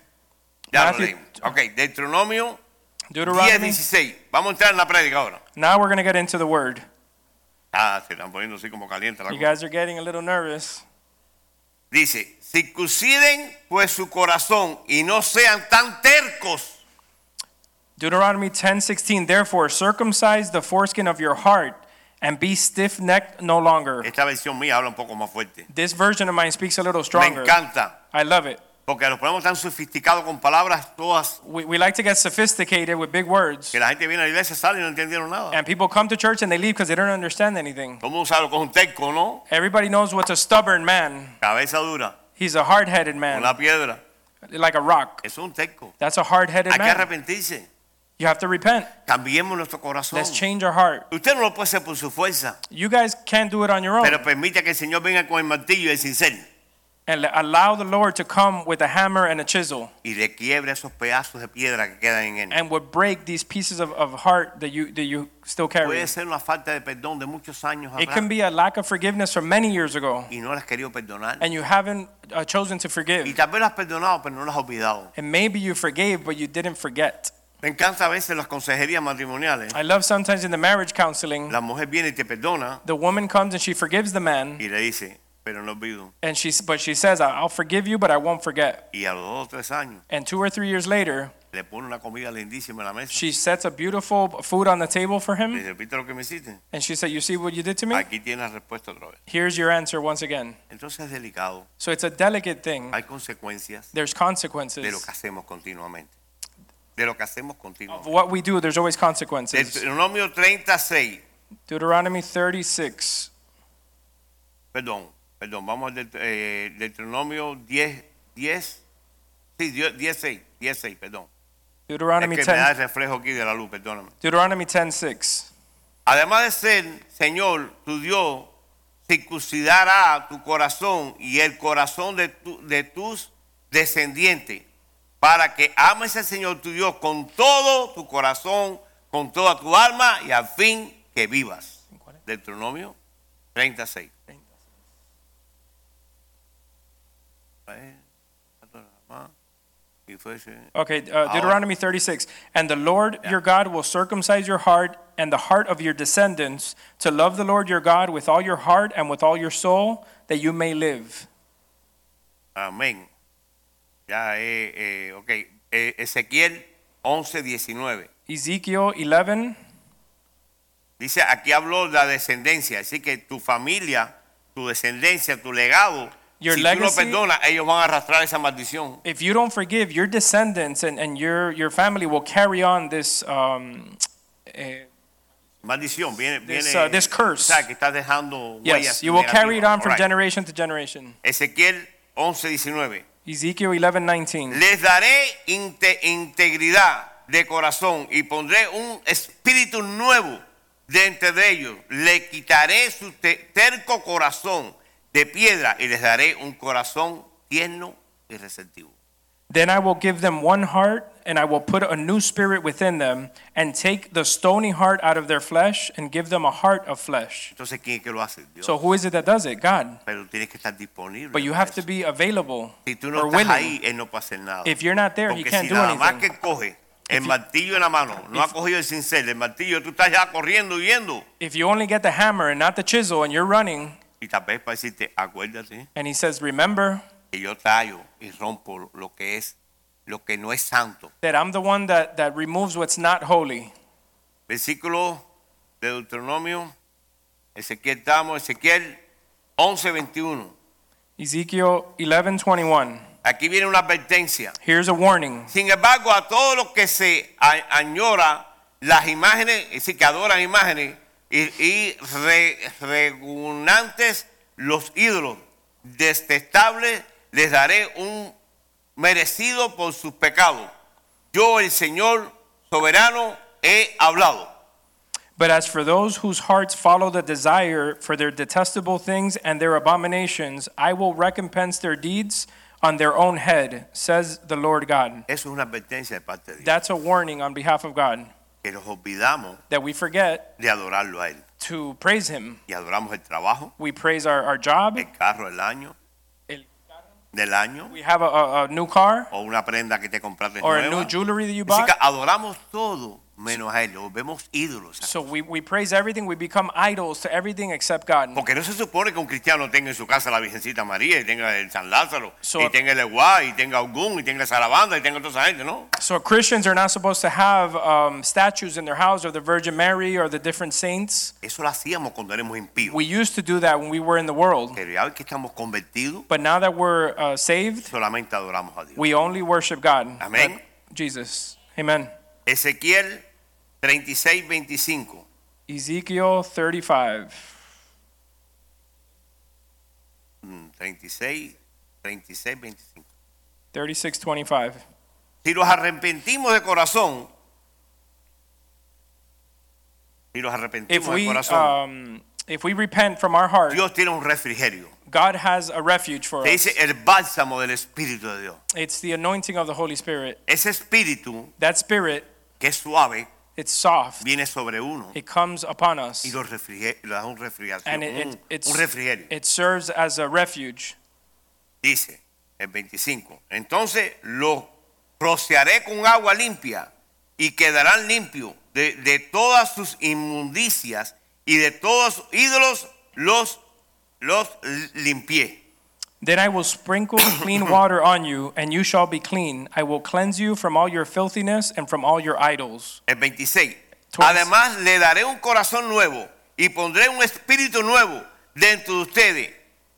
A: Ya lo
B: Matthew-
A: leímos. Ok, Deuteronomio 10,
B: Deuteronomy.
A: 16. Vamos a entrar en la prédica ahora.
B: Now we're going to get into the word.
A: Ah, se están poniendo así como caliente la
B: You
A: cosa.
B: guys are getting a little nervous.
A: Dice, circunciden pues su corazón y no sean tan tercos.
B: Deuteronomy 10:16 Therefore circumcise the foreskin of your heart and be stiff-necked no longer.
A: Esta versión mía habla un poco más fuerte.
B: This version of mine speaks a little
A: Me
B: stronger.
A: encanta,
B: I love it.
A: porque nos ponemos tan sofisticados con palabras todas
B: We, we like to get sophisticated with big words.
A: que la gente viene a la iglesia, sale y no entendieron nada.
B: And people come to church and they leave because they don't understand anything.
A: Todo el mundo sabe lo que es un terco, ¿no?
B: Everybody knows what's a stubborn man.
A: Cabeza dura,
B: He's a hard-headed man,
A: una piedra.
B: like a rock.
A: Eso es un terco.
B: That's a hard-headed
A: Hay que
B: man.
A: arrepentirse.
B: You have to repent.
A: Cambiemos nuestro corazón.
B: Let's change our heart.
A: Usted no lo puede hacer por su fuerza,
B: You guys can't do it on your own.
A: pero permita que el Señor venga con el martillo y el cincel
B: And allow the Lord to come with a hammer and a chisel.
A: y le quiebre esos pedazos de piedra que quedan en él.
B: and would break these pieces of, of heart that you that you still carry.
A: Puede ser una falta de perdón de muchos años
B: Em- It
A: atrás
B: can be a lack of forgiveness from many years ago,
A: y no las has querido perdonar.
B: and you haven't uh, chosen to
A: Y
B: forgive.
A: tal vez las has perdonado, pero no las has olvidado.
B: And maybe you forgave, but you didn't forget.
A: Me encanta a veces las consejerías matrimoniales.
B: I love sometimes in the marriage counseling,
A: La mujer viene y te perdona
B: the woman comes and she forgives the man,
A: y le dice, pero no olvido.
B: and she s- but she says, "I- "I'll forgive you, but I won't forget."
A: Y a los dos o tres años
B: And two or three years later,
A: le pone una comida lindísima en la mesa.
B: she sets a beautiful food on the table for
A: Le
B: him,
A: dice, ¿viste lo que me hiciste?
B: and she said, "You see what you did to me?
A: Aquí tienes la respuesta otra vez.
B: Here's your answer once again."
A: Entonces es delicado.
B: So it's a delicate thing.
A: Hay consecuencias
B: There's
A: de lo
B: consequences.
A: que hacemos continuamente. De lo que hacemos
B: of
A: continuamente.
B: what we do, there's always consequences.
A: Deuteronomio 36.
B: Deuteronomy 36.
A: Perdón, perdón, vamos al Deut- eh, Deuteronomio 10, 10, sí, 10, 6, 10, 6, perdón. Es
B: Deuteronomy
A: que me da
B: 10.
A: el reflejo aquí de la luz, perdóname.
B: Deuteronomy 10, 6.
A: Además de ser, Señor, tu Dios, circuncidará tu corazón y el corazón de, tu- de tus descendientes, para que ames al Señor tu Dios con todo tu corazón, con toda tu alma y al fin que vivas. Deuteronomio 36. Eh, más, y fuese-
B: Okay, uh, Deuteronomy 36. And the Lord your God will circumcise your heart and the heart of your descendants to love the Lord your God with all your heart and with all your soul, that you may live.
A: Amén. Ya, eh, eh, ok. Eh, Ezequiel 11, 19.
B: Ezekiel 11.
A: Dice, aquí habló de la descendencia. Así que tu familia, tu descendencia, tu legado,
B: Your
A: si
B: legacy-
A: tú no perdonas, ellos van a arrastrar esa maldición.
B: If you don't forgive, your descendants and, and your, your family will carry on this. Um, eh,
A: Maldición, viene...
B: This,
A: viene
B: uh, this curse.
A: O sea, que estás dejando
B: yes,
A: huellas
B: you will carry it on
A: negativas.
B: from
A: Alright.
B: generation to generation.
A: Ezequiel 11, 19.
B: Ezekiel 11:19.
A: Les daré inte- integridad de corazón y pondré un espíritu nuevo dentro de ellos. Le quitaré su te- terco corazón de piedra y les daré un corazón tierno y receptivo.
B: Then I will give them one heart, and I will put a new spirit within them, and take the stony heart out of their flesh, and give them a heart of flesh.
A: Entonces, ¿quién es que lo hace? Dios.
B: So who is it that does it? God.
A: Pero tienes que estar disponible.
B: But you
A: para
B: have to
A: eso.
B: be available
A: si tú
B: or
A: no
B: willing.
A: estás ahí, él no puede hacer nada.
B: If you're not there, he
A: Porque
B: can't
A: si
B: do
A: nada más
B: anything.
A: que coge el
B: If-
A: martillo en la mano, no
B: if-
A: ha cogido el cincel, el martillo, tú estás ya corriendo, huyendo.
B: If you only get the hammer and not the chisel, and you're running,
A: Y tal vez para decirte, acuérdate.
B: and he says, "Remember
A: que yo tallo y rompo lo- lo que es, lo que no es santo.
B: that I'm the one that that removes what's not holy."
A: Versículo de Deuteronomio, Ezequiel estamos, Ezequiel 11, 21.
B: Ezekiel 11:21.
A: Aquí viene una advertencia.
B: Here's a warning.
A: Sin embargo, a todos los que se a- añora las imágenes, es decir, que adoran imágenes y, y re- repugnantes los ídolos, detestables, les daré un merecido por sus pecados. Yo, el Señor soberano, he hablado.
B: But as for those whose hearts follow the desire for their detestable things and their abominations, I will recompense their deeds on their own head, says the Lord God.
A: Eso es una advertencia de parte de Dios.
B: That's a warning on behalf of God
A: Que nos olvidamos
B: that we forget
A: de adorarlo a Él.
B: to praise Him.
A: Y adoramos el trabajo,
B: We praise our, our job.
A: el carro, el año,
B: El-
A: del año,
B: We have a, a, a new car
A: o una prenda que te compraste
B: or a
A: nueva.
B: new jewelry that you
A: Así que
B: bought.
A: adoramos todo menos a Él. Lo vemos ídolos.
B: So we, we praise everything. We become idols to everything except God.
A: Porque no se supone que un cristiano tenga en su casa la Virgencita María, y tenga el San Lázaro,
B: So-
A: y tenga el Eguá, y tenga Ogún, y tenga Sarabanda, y tenga toda esa gente, ¿no?
B: So Christians are not supposed to have um, statues in their house or the Virgin Mary or the different saints.
A: Eso lo hacíamos cuando éramos impíos.
B: We used to do that when we were in the world.
A: Pero ya que estamos convertidos,
B: But now that we're uh, saved,
A: solamente adoramos a Dios.
B: we only worship God.
A: Amén.
B: like Jesus. Amen.
A: Ezequiel 36, 25.
B: Ezekiel 35.
A: Mm, 36, 36, 25.
B: 36 25.
A: Si los arrepentimos de corazón, si los arrepentimos
B: If
A: de
B: we,
A: corazón,
B: um, if we repent from our heart,
A: Dios tiene un refrigerio.
B: God has a refuge for
A: Te
B: us.
A: dice el bálsamo del Espíritu de Dios.
B: It's the anointing of the Holy Spirit.
A: Ese Espíritu
B: That Spirit,
A: que es suave
B: it's soft,
A: viene sobre uno
B: it comes upon us,
A: y lo, refrige- lo da un refrigerio.
B: and it,
A: un,
B: it, it's,
A: un refrigerio.
B: it serves as a refuge.
A: Dice el 25. Entonces lo rociaré con agua limpia y quedarán limpios de, de todas sus inmundicias y de todos sus ídolos los, los limpié.
B: Then I will sprinkle clean water on you, and you shall be clean. I will cleanse you from all your filthiness and from all your idols.
A: El 26.
B: Twice.
A: Además le daré un corazón nuevo y pondré un espíritu nuevo dentro de ustedes.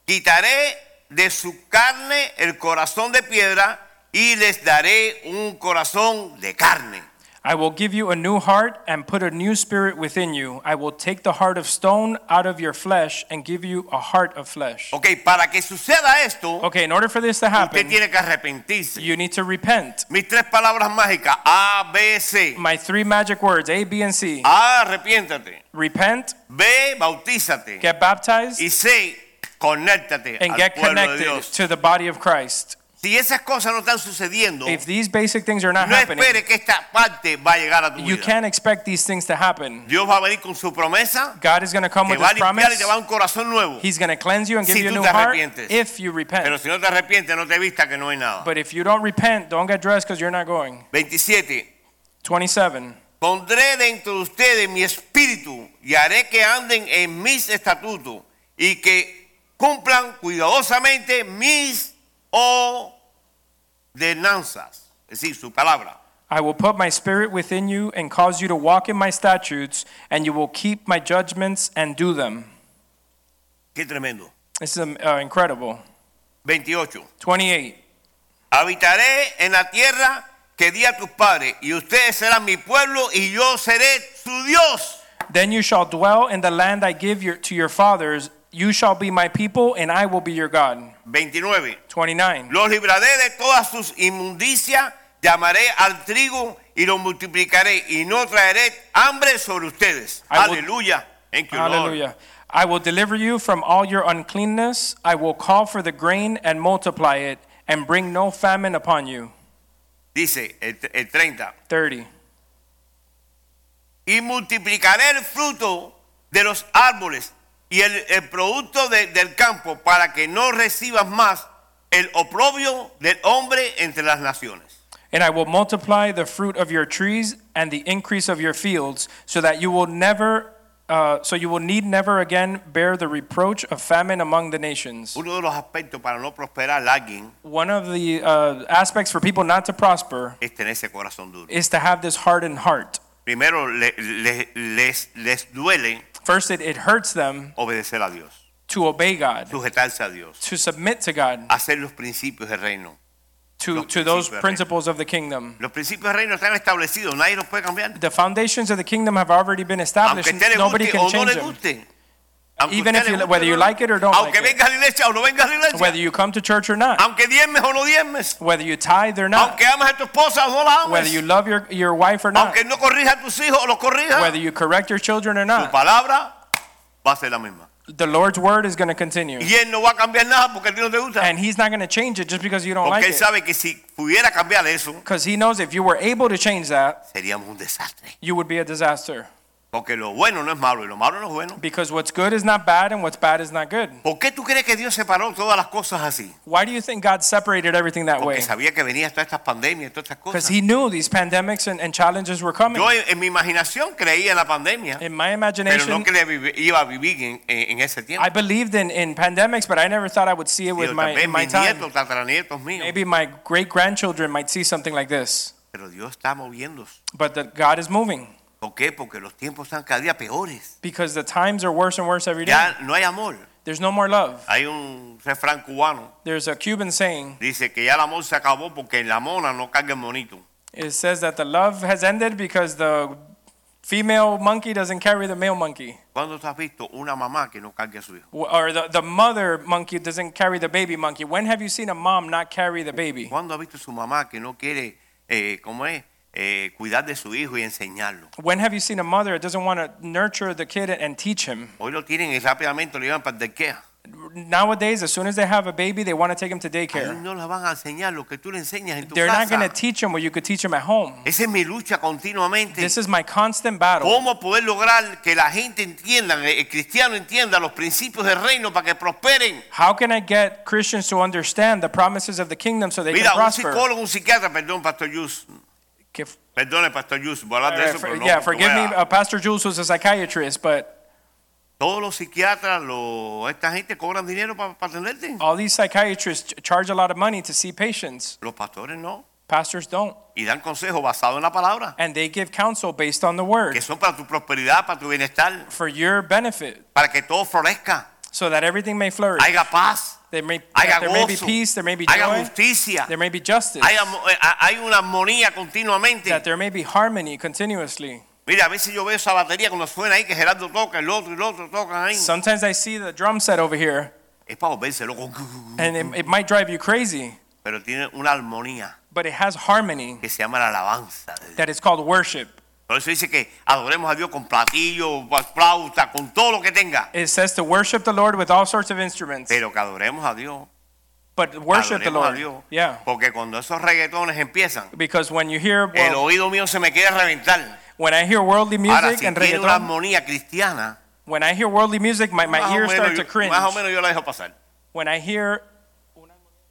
A: Quitaré de su carne el corazón de piedra y les daré un corazón de carne.
B: I will give you a new heart and put a new spirit within you. I will take the heart of stone out of your flesh and give you a heart of flesh.
A: Ok, para que suceda esto,
B: Okay, in order for this to
A: usted
B: happen,
A: tiene que arrepentirse.
B: you need to repent.
A: Mis tres palabras mágicas, A, B, C.
B: My three magic words A, B, and C
A: A, arrepiéntate.
B: repent,
A: B, bautízate.
B: get baptized,
A: Y C, conéctate
B: and
A: al
B: get
A: pueblo de
B: connected
A: Dios.
B: to the body of Christ.
A: Si esas cosas no están sucediendo,
B: If these basic things are not
A: No
B: happening,
A: espere que esta parte va a llegar a tu
B: you
A: vida.
B: can't expect these things to happen.
A: Dios va a venir con su promesa,
B: God is going to come
A: te
B: with
A: va a
B: his
A: limpiar y
B: promise.
A: te va a dar un corazón nuevo.
B: He's going to cleanse you and give
A: Si
B: you a
A: tú
B: new
A: te
B: heart
A: arrepientes.
B: if you repent.
A: Pero si no te arrepientes, no te vistas que no hay nada.
B: but if you don't repent, don't get dressed because you're not going.
A: 27.
B: 27.
A: Pondré dentro de ustedes mi espíritu y haré que anden en mis estatutos y que cumplan cuidadosamente mis ordenanzas. Es decir, su palabra.
B: I will put my spirit within you and cause you to walk in my statutes, and you will keep my judgments and do them.
A: Qué tremendo.
B: This is um, uh, incredible.
A: 28.
B: 28.
A: Habitaré en la tierra que di a tus padres, y ustedes serán mi pueblo, y yo seré su Dios.
B: Then you shall dwell in the land I give your, to your fathers. You shall be my people, and I will be your God.
A: 29.
B: 29.
A: Los libraré de todas sus inmundicias, llamaré al trigo y lo multiplicaré, y no traeré hambre sobre ustedes.
B: I will-
A: Aleluya. Thank you, Lord.
B: Hallelujah. I will deliver you from all your uncleanness. I will call for the grain and multiply it, and bring no famine upon you.
A: Dice el, el 30.
B: 30.
A: Y multiplicaré el fruto de los árboles y el, el producto de- del campo para que no recibas más el oprobio del hombre entre las naciones.
B: And I will multiply the fruit of your trees and the increase of your fields, so that you will never, uh, so you will need never again bear the reproach of famine among the nations.
A: Uno de los aspectos para no prosperar a alguien
B: One of the uh, aspects for people not to prosper
A: es tener ese corazón duro.
B: is to have this hardened heart.
A: Primero, le- le- les, les duele
B: First, it, it hurts them
A: obedecer a Dios,
B: to obey God,
A: sujetarse a Dios,
B: to submit to God,
A: hacer los principios del reino.
B: to,
A: Los
B: to
A: principios
B: those
A: del
B: principles of the kingdom.
A: Los principios del reino están establecidos, nadie los puede cambiar.
B: The foundations of the kingdom have already been established.
A: Aunque a usted
B: and
A: le
B: Nobody
A: guste
B: can
A: o no
B: change
A: le
B: them.
A: guste. Aunque
B: Even
A: usted
B: if
A: le
B: you-
A: guste o
B: whether you
A: no le
B: like it or
A: guste.
B: don't
A: Aunque
B: like it.
A: venga a la iglesia o no venga a la iglesia.
B: Whether you come to church or not,
A: Aunque diezmes o no diezmes.
B: whether you tithe or not,
A: Aunque ames a tu esposa o no la
B: whether
A: ames.
B: you love your, your wife or not,
A: Aunque no corrija a tus hijos o los corrija.
B: whether you correct your children or
A: Tu
B: not,
A: palabra va a ser la misma.
B: The Lord's word is going to continue.
A: Y él no va a cambiar nada porque a ti no te gusta.
B: And he's not going to change it just because you don't
A: Porque
B: like
A: él
B: it.
A: sabe que si pudiera cambiar eso,
B: Because he knows if you were able to change that,
A: seríamos un desastre.
B: you would be a disaster.
A: Porque lo bueno no es malo y lo malo no es bueno.
B: Because what's good is not bad and what's bad is not good.
A: ¿Por qué tú crees que Dios separó todas las cosas así?
B: Why do you think God separated everything that
A: Porque
B: way?
A: sabía que venían todas estas pandemias y todas estas
B: Because
A: cosas.
B: he knew these pandemics and, and challenges were coming.
A: Yo en, en mi imaginación creía en la pandemia,
B: In my
A: pero
B: imagination,
A: no que iba a vivir en, en- en ese tiempo.
B: I believed in, in pandemics, but I never thought I would see it with
A: Digo,
B: my,
A: tal vez
B: in my
A: mis
B: time.
A: nietos, tataranietos míos.
B: Maybe my great grandchildren might see something like this.
A: Pero Dios está moviéndose.
B: But that God is moving
A: ¿Por qué? Porque los tiempos están cada día peores.
B: because the times are worse and worse every day.
A: Ya no hay amor.
B: There's no more love.
A: Hay un refrán cubano.
B: There's a Cuban saying.
A: Dice que ya el amor se acabó porque la mona no carga el monito.
B: It says that the love has ended because the female monkey doesn't carry the male monkey,
A: ¿Cuándo tú has visto una mamá que no cargue a su hijo?
B: W- or the, the mother monkey doesn't carry the baby monkey. When have you seen a mom not carry the baby?
A: ¿Cuándo has visto su mamá que no quiere, eh, cómo es, eh, cuidar de su hijo y enseñarlo?
B: When have you seen a mother that doesn't want to nurture the kid and teach him?
A: Hoy lo tienen y rápidamente lo llevan para el daycare.
B: Nowadays, as soon as they have a baby, they want to take him to
A: Ahí
B: daycare.
A: no le van a enseñar lo que tú le enseñas en tu
B: They're not going
A: casa.
B: to teach him what you could teach him at home.
A: Esa es mi lucha continuamente.
B: This is my constant battle.
A: ¿Cómo poder lograr que la gente entienda, que el cristiano entienda los principios del reino para que prosperen?
B: How can I get Christians to understand the promises of the kingdom so they can
A: Mira, un
B: prosper?
A: psicólogo, un psiquiatra, perdón, Pastor Yus,
B: Que-
A: perdone, Pastor Yus, voy a hablar de eso, pero no,
B: Eh, yeah,
A: tú
B: forgive me,
A: veas.
B: uh, Pastor Jules was a psychiatrist, but
A: Todos los psiquiatras, los- esta gente cobran dinero para, para atenderte.
B: all these psychiatrists ch- charge a lot of money to see patients.
A: Los pastores no.
B: Pastors don't.
A: Y dan consejos basados en la palabra,
B: And they give counsel based on the
A: que
B: word
A: son para tu prosperidad, para tu bienestar,
B: for your benefit
A: para que todo florezca,
B: so that everything may flourish.
A: haya paz,
B: There may,
A: haya
B: there may be
A: gozo,
B: peace, there may be
A: haya
B: joy,
A: justicia,
B: there may be justice,
A: haya mo- eh, hay una armonía continuamente.
B: that there may be harmony continuously.
A: Mira, a veces yo veo esa batería cuando suena ahí que Gerardo toca, el otro y el otro tocan ahí.
B: Sometimes I see the drum set over here,
A: es para volverse loco.
B: and it, it might drive you crazy,
A: Pero tiene una armonía
B: but it has harmony
A: que se llama la alabanza. de Dios.
B: that is called worship.
A: Por eso dice que adoremos a Dios con platillo, con flauta, con todo lo que tenga.
B: It says to worship the Lord with all sorts of instruments,
A: Pero que adoremos a Dios.
B: but worship
A: adoremos
B: the
A: a
B: Lord.
A: Dios.
B: Yeah.
A: Porque cuando esos reggaetones empiezan,
B: Because when you hear,
A: el
B: well,
A: oído mío se me quiere reventar.
B: when I hear worldly
A: Ahora,
B: music
A: si
B: and
A: tiene una
B: reggaeton,
A: armonía cristiana,
B: when I hear worldly music, my, my
A: más o,
B: ears
A: menos,
B: start to
A: yo,
B: cringe.
A: más o menos yo la dejo pasar.
B: When I hear,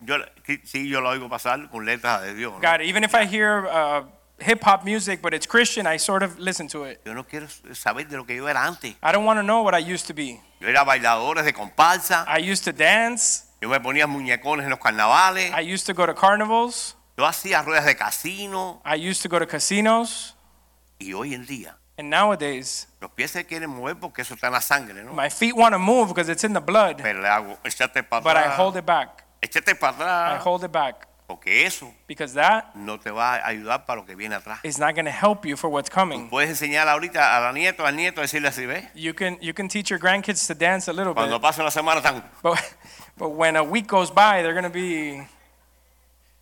A: Yo, la- sí, yo la oigo pasar con letras de Dios. ¿no?
B: God, even if I hear uh, hip hop music, but it's Christian, I sort of listen to it.
A: Yo no quiero saber de lo que yo era antes.
B: I don't want to know what I used to be.
A: Yo era bailadores de comparsa,
B: I used to dance.
A: yo me ponía muñecones en los carnavales,
B: I used to go to carnivals.
A: yo hacía ruedas de casino
B: I used to go to casinos.
A: y hoy en día
B: And nowadays,
A: los pies se quieren mover porque eso está en la sangre, ¿no?
B: my feet want to move because it's in the blood,
A: Pero le hago, échate
B: but I
A: para
B: hold
A: atrás,
B: it back.
A: échate para
B: I
A: atrás,
B: hold it back
A: porque eso
B: because that
A: no te va a ayudar para lo que viene atrás.
B: is not going to help you for what's coming.
A: Puedes enseñar ahorita a la nieta o al nieto a decirle así, ¿ves?
B: You can you can teach your grandkids to dance a little
A: Cuando
B: bit,
A: pase la semana están,
B: but but when a week goes by, they're going to be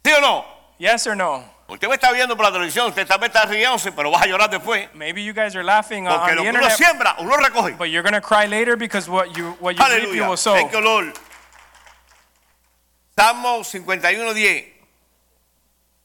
A: ¿sí o no?
B: yes or no.
A: Usted me está viendo por la televisión, usted tal vez está riéndose, pero vas a llorar después.
B: Maybe you guys are laughing on,
A: Porque
B: on
A: lo
B: the
A: que uno
B: internet,
A: siembra, uno recoge.
B: but you're going to cry later because what you what you reap, you
A: Aleluya.
B: will sow.
A: Hay que olor. Salmo 51, 10.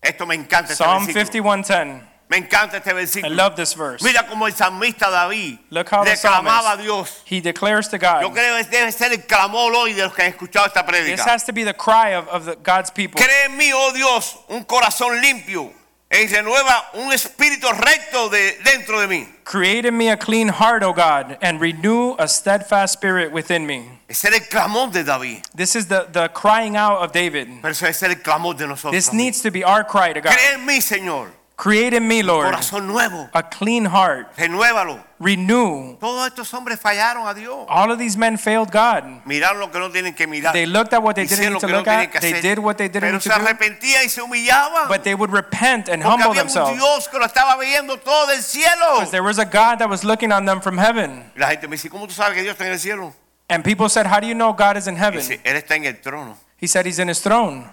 A: Esto me encanta este
B: Psalm
A: versículo.
B: 51:10.
A: Me encanta este
B: I
A: versículo.
B: love this verse.
A: Mira cómo el salmista David
B: Look how the
A: le clamaba a
B: psalmist-
A: Dios.
B: He declares to
A: Yo creo
B: God.
A: que debe ser el clamor hoy de los que han escuchado esta
B: This
A: prédica.
B: has to be the cry of, of the, God's people.
A: Cree en mí, oh Dios, un corazón limpio y renueva un espíritu recto de, dentro de mí.
B: Create in me a clean heart, O God, and renew a steadfast spirit within me.
A: Ese era el clamor de David,
B: This is the, the crying out of David.
A: pero ese es el clamor de nosotros.
B: This needs to be our cry to God.
A: Cree en mí, Señor,
B: Create in me, Lord,
A: corazón nuevo,
B: a clean heart.
A: renuévalo.
B: Renew.
A: Todos estos hombres fallaron a Dios.
B: All of these men failed God.
A: Miraron lo que no tienen que mirar.
B: They looked at what they didn't
A: Hicieron
B: need
A: lo
B: to
A: que no
B: look
A: tienen
B: at.
A: que
B: They
A: hacer.
B: did what they didn't
A: Pero
B: need
A: se
B: to do.
A: arrepentían y se humillaban.
B: But they would repent and
A: Porque
B: humble
A: había un
B: themselves.
A: Dios que lo estaba viendo todo del cielo.
B: Because there was a God that was looking on them from heaven.
A: La gente me dice, ¿cómo tú sabes que Dios está en el cielo?
B: And people said, How do you know God is in heaven?
A: Dice, Él está en el trono
B: He said, He's in His throne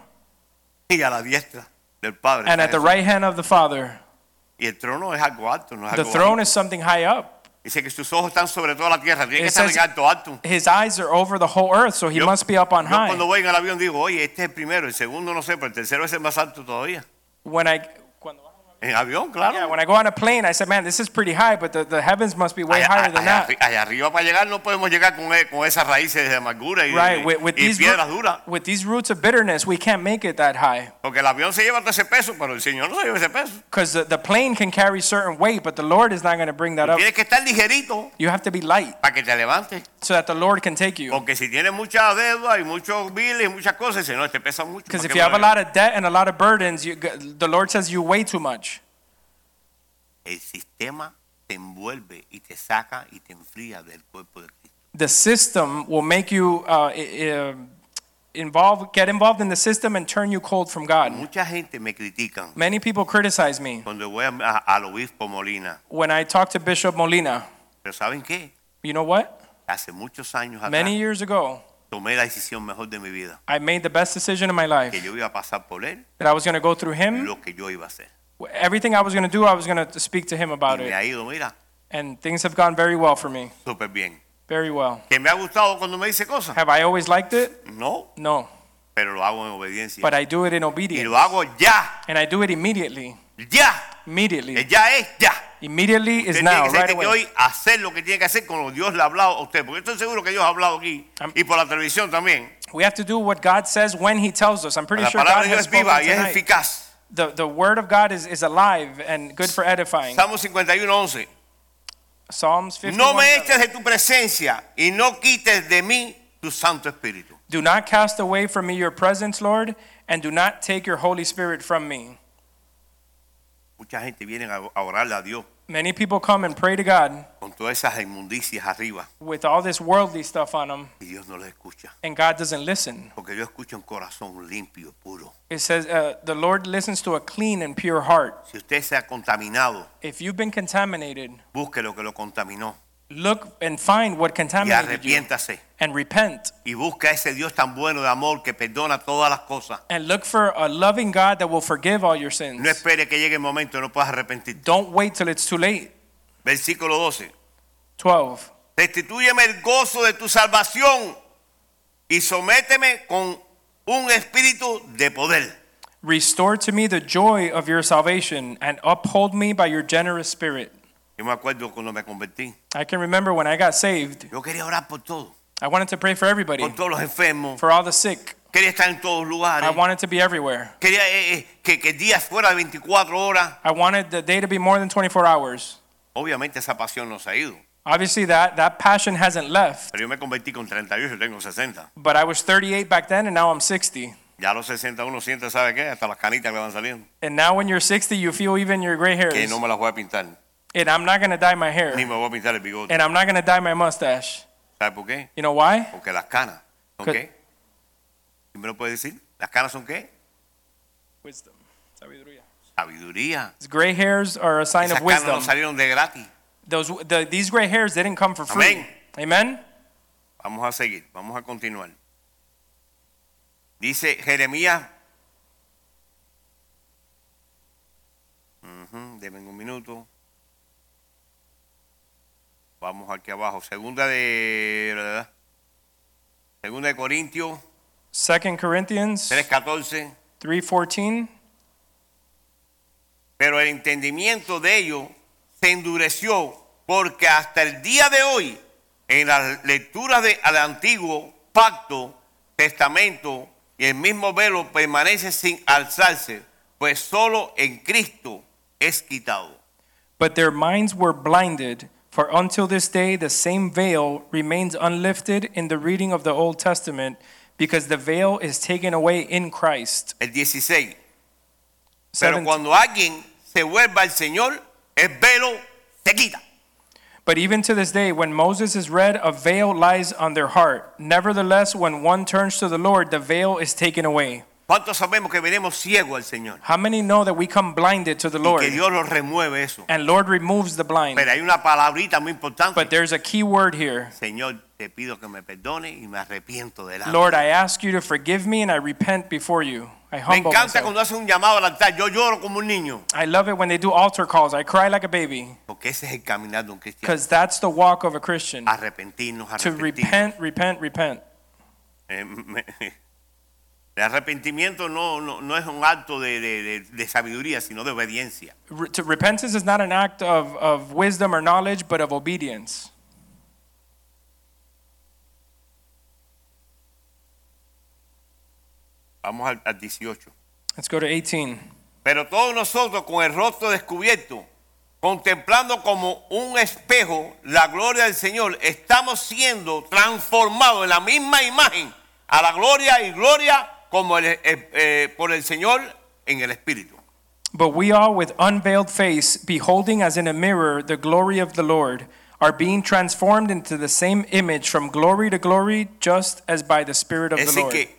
A: y a la diestra del Padre.
B: and
A: está
B: at the
A: Jesús".
B: right hand of the Father.
A: Y el trono es algo alto, no es
B: The
A: algo
B: throne
A: bajito.
B: is something high up.
A: Dice que sus ojos están sobre toda la tierra. Tiene que
B: It
A: estar
B: says-
A: en alto, alto.
B: His eyes are over the whole earth, so he
A: Yo-
B: must be up on
A: yo
B: high.
A: cuando voy en el avión digo, oye, este es el primero, el segundo no sé, pero el tercero es el más alto todavía.
B: When I cuando-
A: En avión, claro.
B: yeah, when I go on a plane, I said, man, this is pretty high, but the, the heavens must be way
A: allá,
B: higher than
A: allá
B: that.
A: arri- allá arriba para llegar no podemos llegar con, e- con esas raíces de amargura y, de-
B: Right, with, with
A: y
B: these
A: piedras
B: roo-
A: duras.
B: with these roots of bitterness, we can't make it that high
A: Porque el avión se lleva todo ese peso, pero el Señor no se lleva ese peso.
B: because the, the plane can carry certain weight, but the Lord is not going to bring that up.
A: Tienes que estar ligerito
B: You have to be light
A: para que te levantes.
B: so that the Lord can take you.
A: Porque si tienes mucha deuda y muchos biles y muchas cosas, dice, no, este pesa mucho.
B: Because
A: ¿para
B: if
A: qué me
B: you have a
A: lo
B: lot of debt and a lot of burdens, you, g- the Lord says you weigh too much.
A: llevo?" El sistema te envuelve y te saca y te enfría del cuerpo de Cristo.
B: The system will make you uh, i- i- involve, get involved in the system and turn you cold from God.
A: Mucha gente me critican
B: Many people criticize me
A: cuando voy a- a- al obispo Molina.
B: when I talk to Bishop Molina.
A: Pero ¿saben qué?
B: You know what?
A: Hace muchos años atrás
B: Many years ago,
A: tomé la decisión mejor de mi vida.
B: I made the best decision in my
A: Que
B: life
A: yo iba a pasar por él
B: that I was going to go through him.
A: lo que yo iba a hacer.
B: Everything I was going to do, I was going to speak to him
A: Y
B: about
A: me
B: it.
A: ha ido, mira,
B: And things have gone very well for me.
A: súper bien.
B: Very well.
A: ¿Que me ha gustado cuando me dice cosas?
B: Have I always liked it?
A: No,
B: No.
A: pero lo hago en obediencia.
B: But I do it in
A: Y
B: obedience.
A: lo hago ya,
B: And I do it immediately.
A: ya.
B: Immediately.
A: El ya es ya.
B: Immediately is
A: Usted
B: now,
A: tiene que, ser
B: right
A: de que
B: away.
A: hoy hacer lo que tiene que hacer como Dios le ha hablado a usted. Porque estoy seguro que Dios ha hablado aquí
B: Am-
A: y por la televisión también.
B: We have to do what God says when He tells us. I'm pretty
A: La
B: sure
A: palabra
B: God
A: de Dios
B: has
A: es
B: spoken
A: viva y es
B: tonight.
A: eficaz.
B: The, the Word of God is, is alive and good for edifying.
A: Salmo 51, 11.
B: Psalms
A: No me
B: 51.
A: eches de tu presencia y no quites de mí tu Santo Espíritu.
B: Do not cast away from me your presence, Lord, and do not take your Holy Spirit from me.
A: Mucha gente viene a a orarle a Dios
B: Many people come and pray to God
A: con todas esas inmundicias arriba
B: with all this worldly stuff on them,
A: y Dios no les escucha.
B: and God doesn't listen.
A: Porque Dios escucha un corazón limpio, puro.
B: It says uh, the Lord listens to a clean and pure heart.
A: Si usted se ha contaminado,
B: If you've been contaminated,
A: busque lo que lo contaminó
B: look and find what
A: y
B: contaminated you
A: arrepiéntase.
B: and repent.
A: Y busca a ese Dios tan bueno de amor que perdona todas las cosas.
B: And look for a loving God that will forgive all your sins.
A: No espere que llegue el momento y no puedas arrepentirte.
B: Don't wait till it's too late.
A: Versículo 12.
B: 12.
A: Restitúyeme el gozo de tu salvación y sométeme con un espíritu de poder.
B: Restore to me the joy of your salvation and uphold me by your generous spirit.
A: Yo me acuerdo cuando me convertí.
B: I can remember when I got saved,
A: Yo quería orar por todo,
B: I wanted to pray for everybody,
A: por todos los enfermos.
B: for all the sick.
A: Quería estar en todos lugares.
B: I wanted to be everywhere.
A: Quería eh, eh, que, que el día fuera de 24 horas.
B: I wanted the day to be more than 24 hours.
A: Obviamente esa pasión no se ha ido.
B: Obviously, that, that passion hasn't left.
A: Pero yo me convertí con 38, yo tengo 60.
B: But I was 38 back then, and now I'm 60.
A: Ya a los 60 uno siente, ¿sabe qué? Hasta las canitas que van saliendo.
B: And now, when you're 60, you feel even your gray
A: Que
B: hairs.
A: no me las voy a pintar.
B: And I'm not gonna dye my
A: Ni
B: hair.
A: me voy a pintar el bigote.
B: And I'm not gonna dye my mustache.
A: ¿Sabe por qué?
B: You know why?
A: Porque las canas son
B: Que-
A: qué? ¿Quién me lo puede decir? ¿Las canas son qué?
B: Wisdom.
A: Sabiduría.
B: These gray hairs are a sign
A: Esas
B: of
A: canas no
B: wisdom.
A: salieron de gratis.
B: Those, the, these gray hairs they didn't come for free.
A: Amén.
B: Amen?
A: Vamos a seguir, vamos a continuar. Dice Jeremías. Ujú, denme un minuto. Vamos aquí abajo. Segunda de. ¿verdad? Segunda de Corintios
B: Second Corinthians
A: 3:14.
B: 3.14.
A: Pero el entendimiento de ellos se endureció porque hasta el día de hoy, en las lecturas de- al antiguo pacto, testamento y el mismo velo permanece sin alzarse, pues solo en Cristo es quitado.
B: But their minds were blinded, for until this day the same veil remains unlifted in the reading of the Old Testament, because the veil is taken away in Christ.
A: El 16. Pero
B: 17.
A: cuando alguien se vuelva al Señor, el velo se quita.
B: But even to this day, when Moses is read, a veil lies on their heart. Nevertheless, when one turns to the Lord, the veil is taken away.
A: ¿Cuántos sabemos que venimos ciegos al Señor?
B: How many know that we come blinded to the
A: Y
B: Lord?
A: que Dios los remueve eso.
B: And Lord removes the blind.
A: Pero hay una palabrita muy
B: But
A: importante.
B: there's a key word here.
A: Señor, te pido que me perdone y me arrepiento de la.
B: Lord, I ask you to forgive me and I repent before you. I
A: Me
B: humble
A: encanta
B: myself.
A: cuando hace un llamado al altar. Yo lloro como un niño.
B: I love it when they do altar calls. I cry like a baby
A: Porque ese es el caminar de un cristiano.
B: because that's the walk of a Christian.
A: Arrepentirnos,
B: To
A: arrepentirnos.
B: repent, repent, repent.
A: Eh, me- El arrepentimiento no, no, no es un acto de, de- de- de sabiduría, sino de obediencia.
B: Re- to, repentance is not an act of, of wisdom or knowledge, but of obedience.
A: Vamos al, al 18.
B: Let's go to 18.
A: Pero todos nosotros con el rostro descubierto, contemplando como un espejo la gloria del Señor, estamos siendo transformados en la misma imagen a la gloria y gloria como el- eh, eh, por el Señor en el Espíritu.
B: But we all, with unveiled face, beholding as in a mirror the glory of the Lord, are being transformed into the same image from glory to glory, just as by the Spirit of
A: Es decir,
B: the Lord.
A: que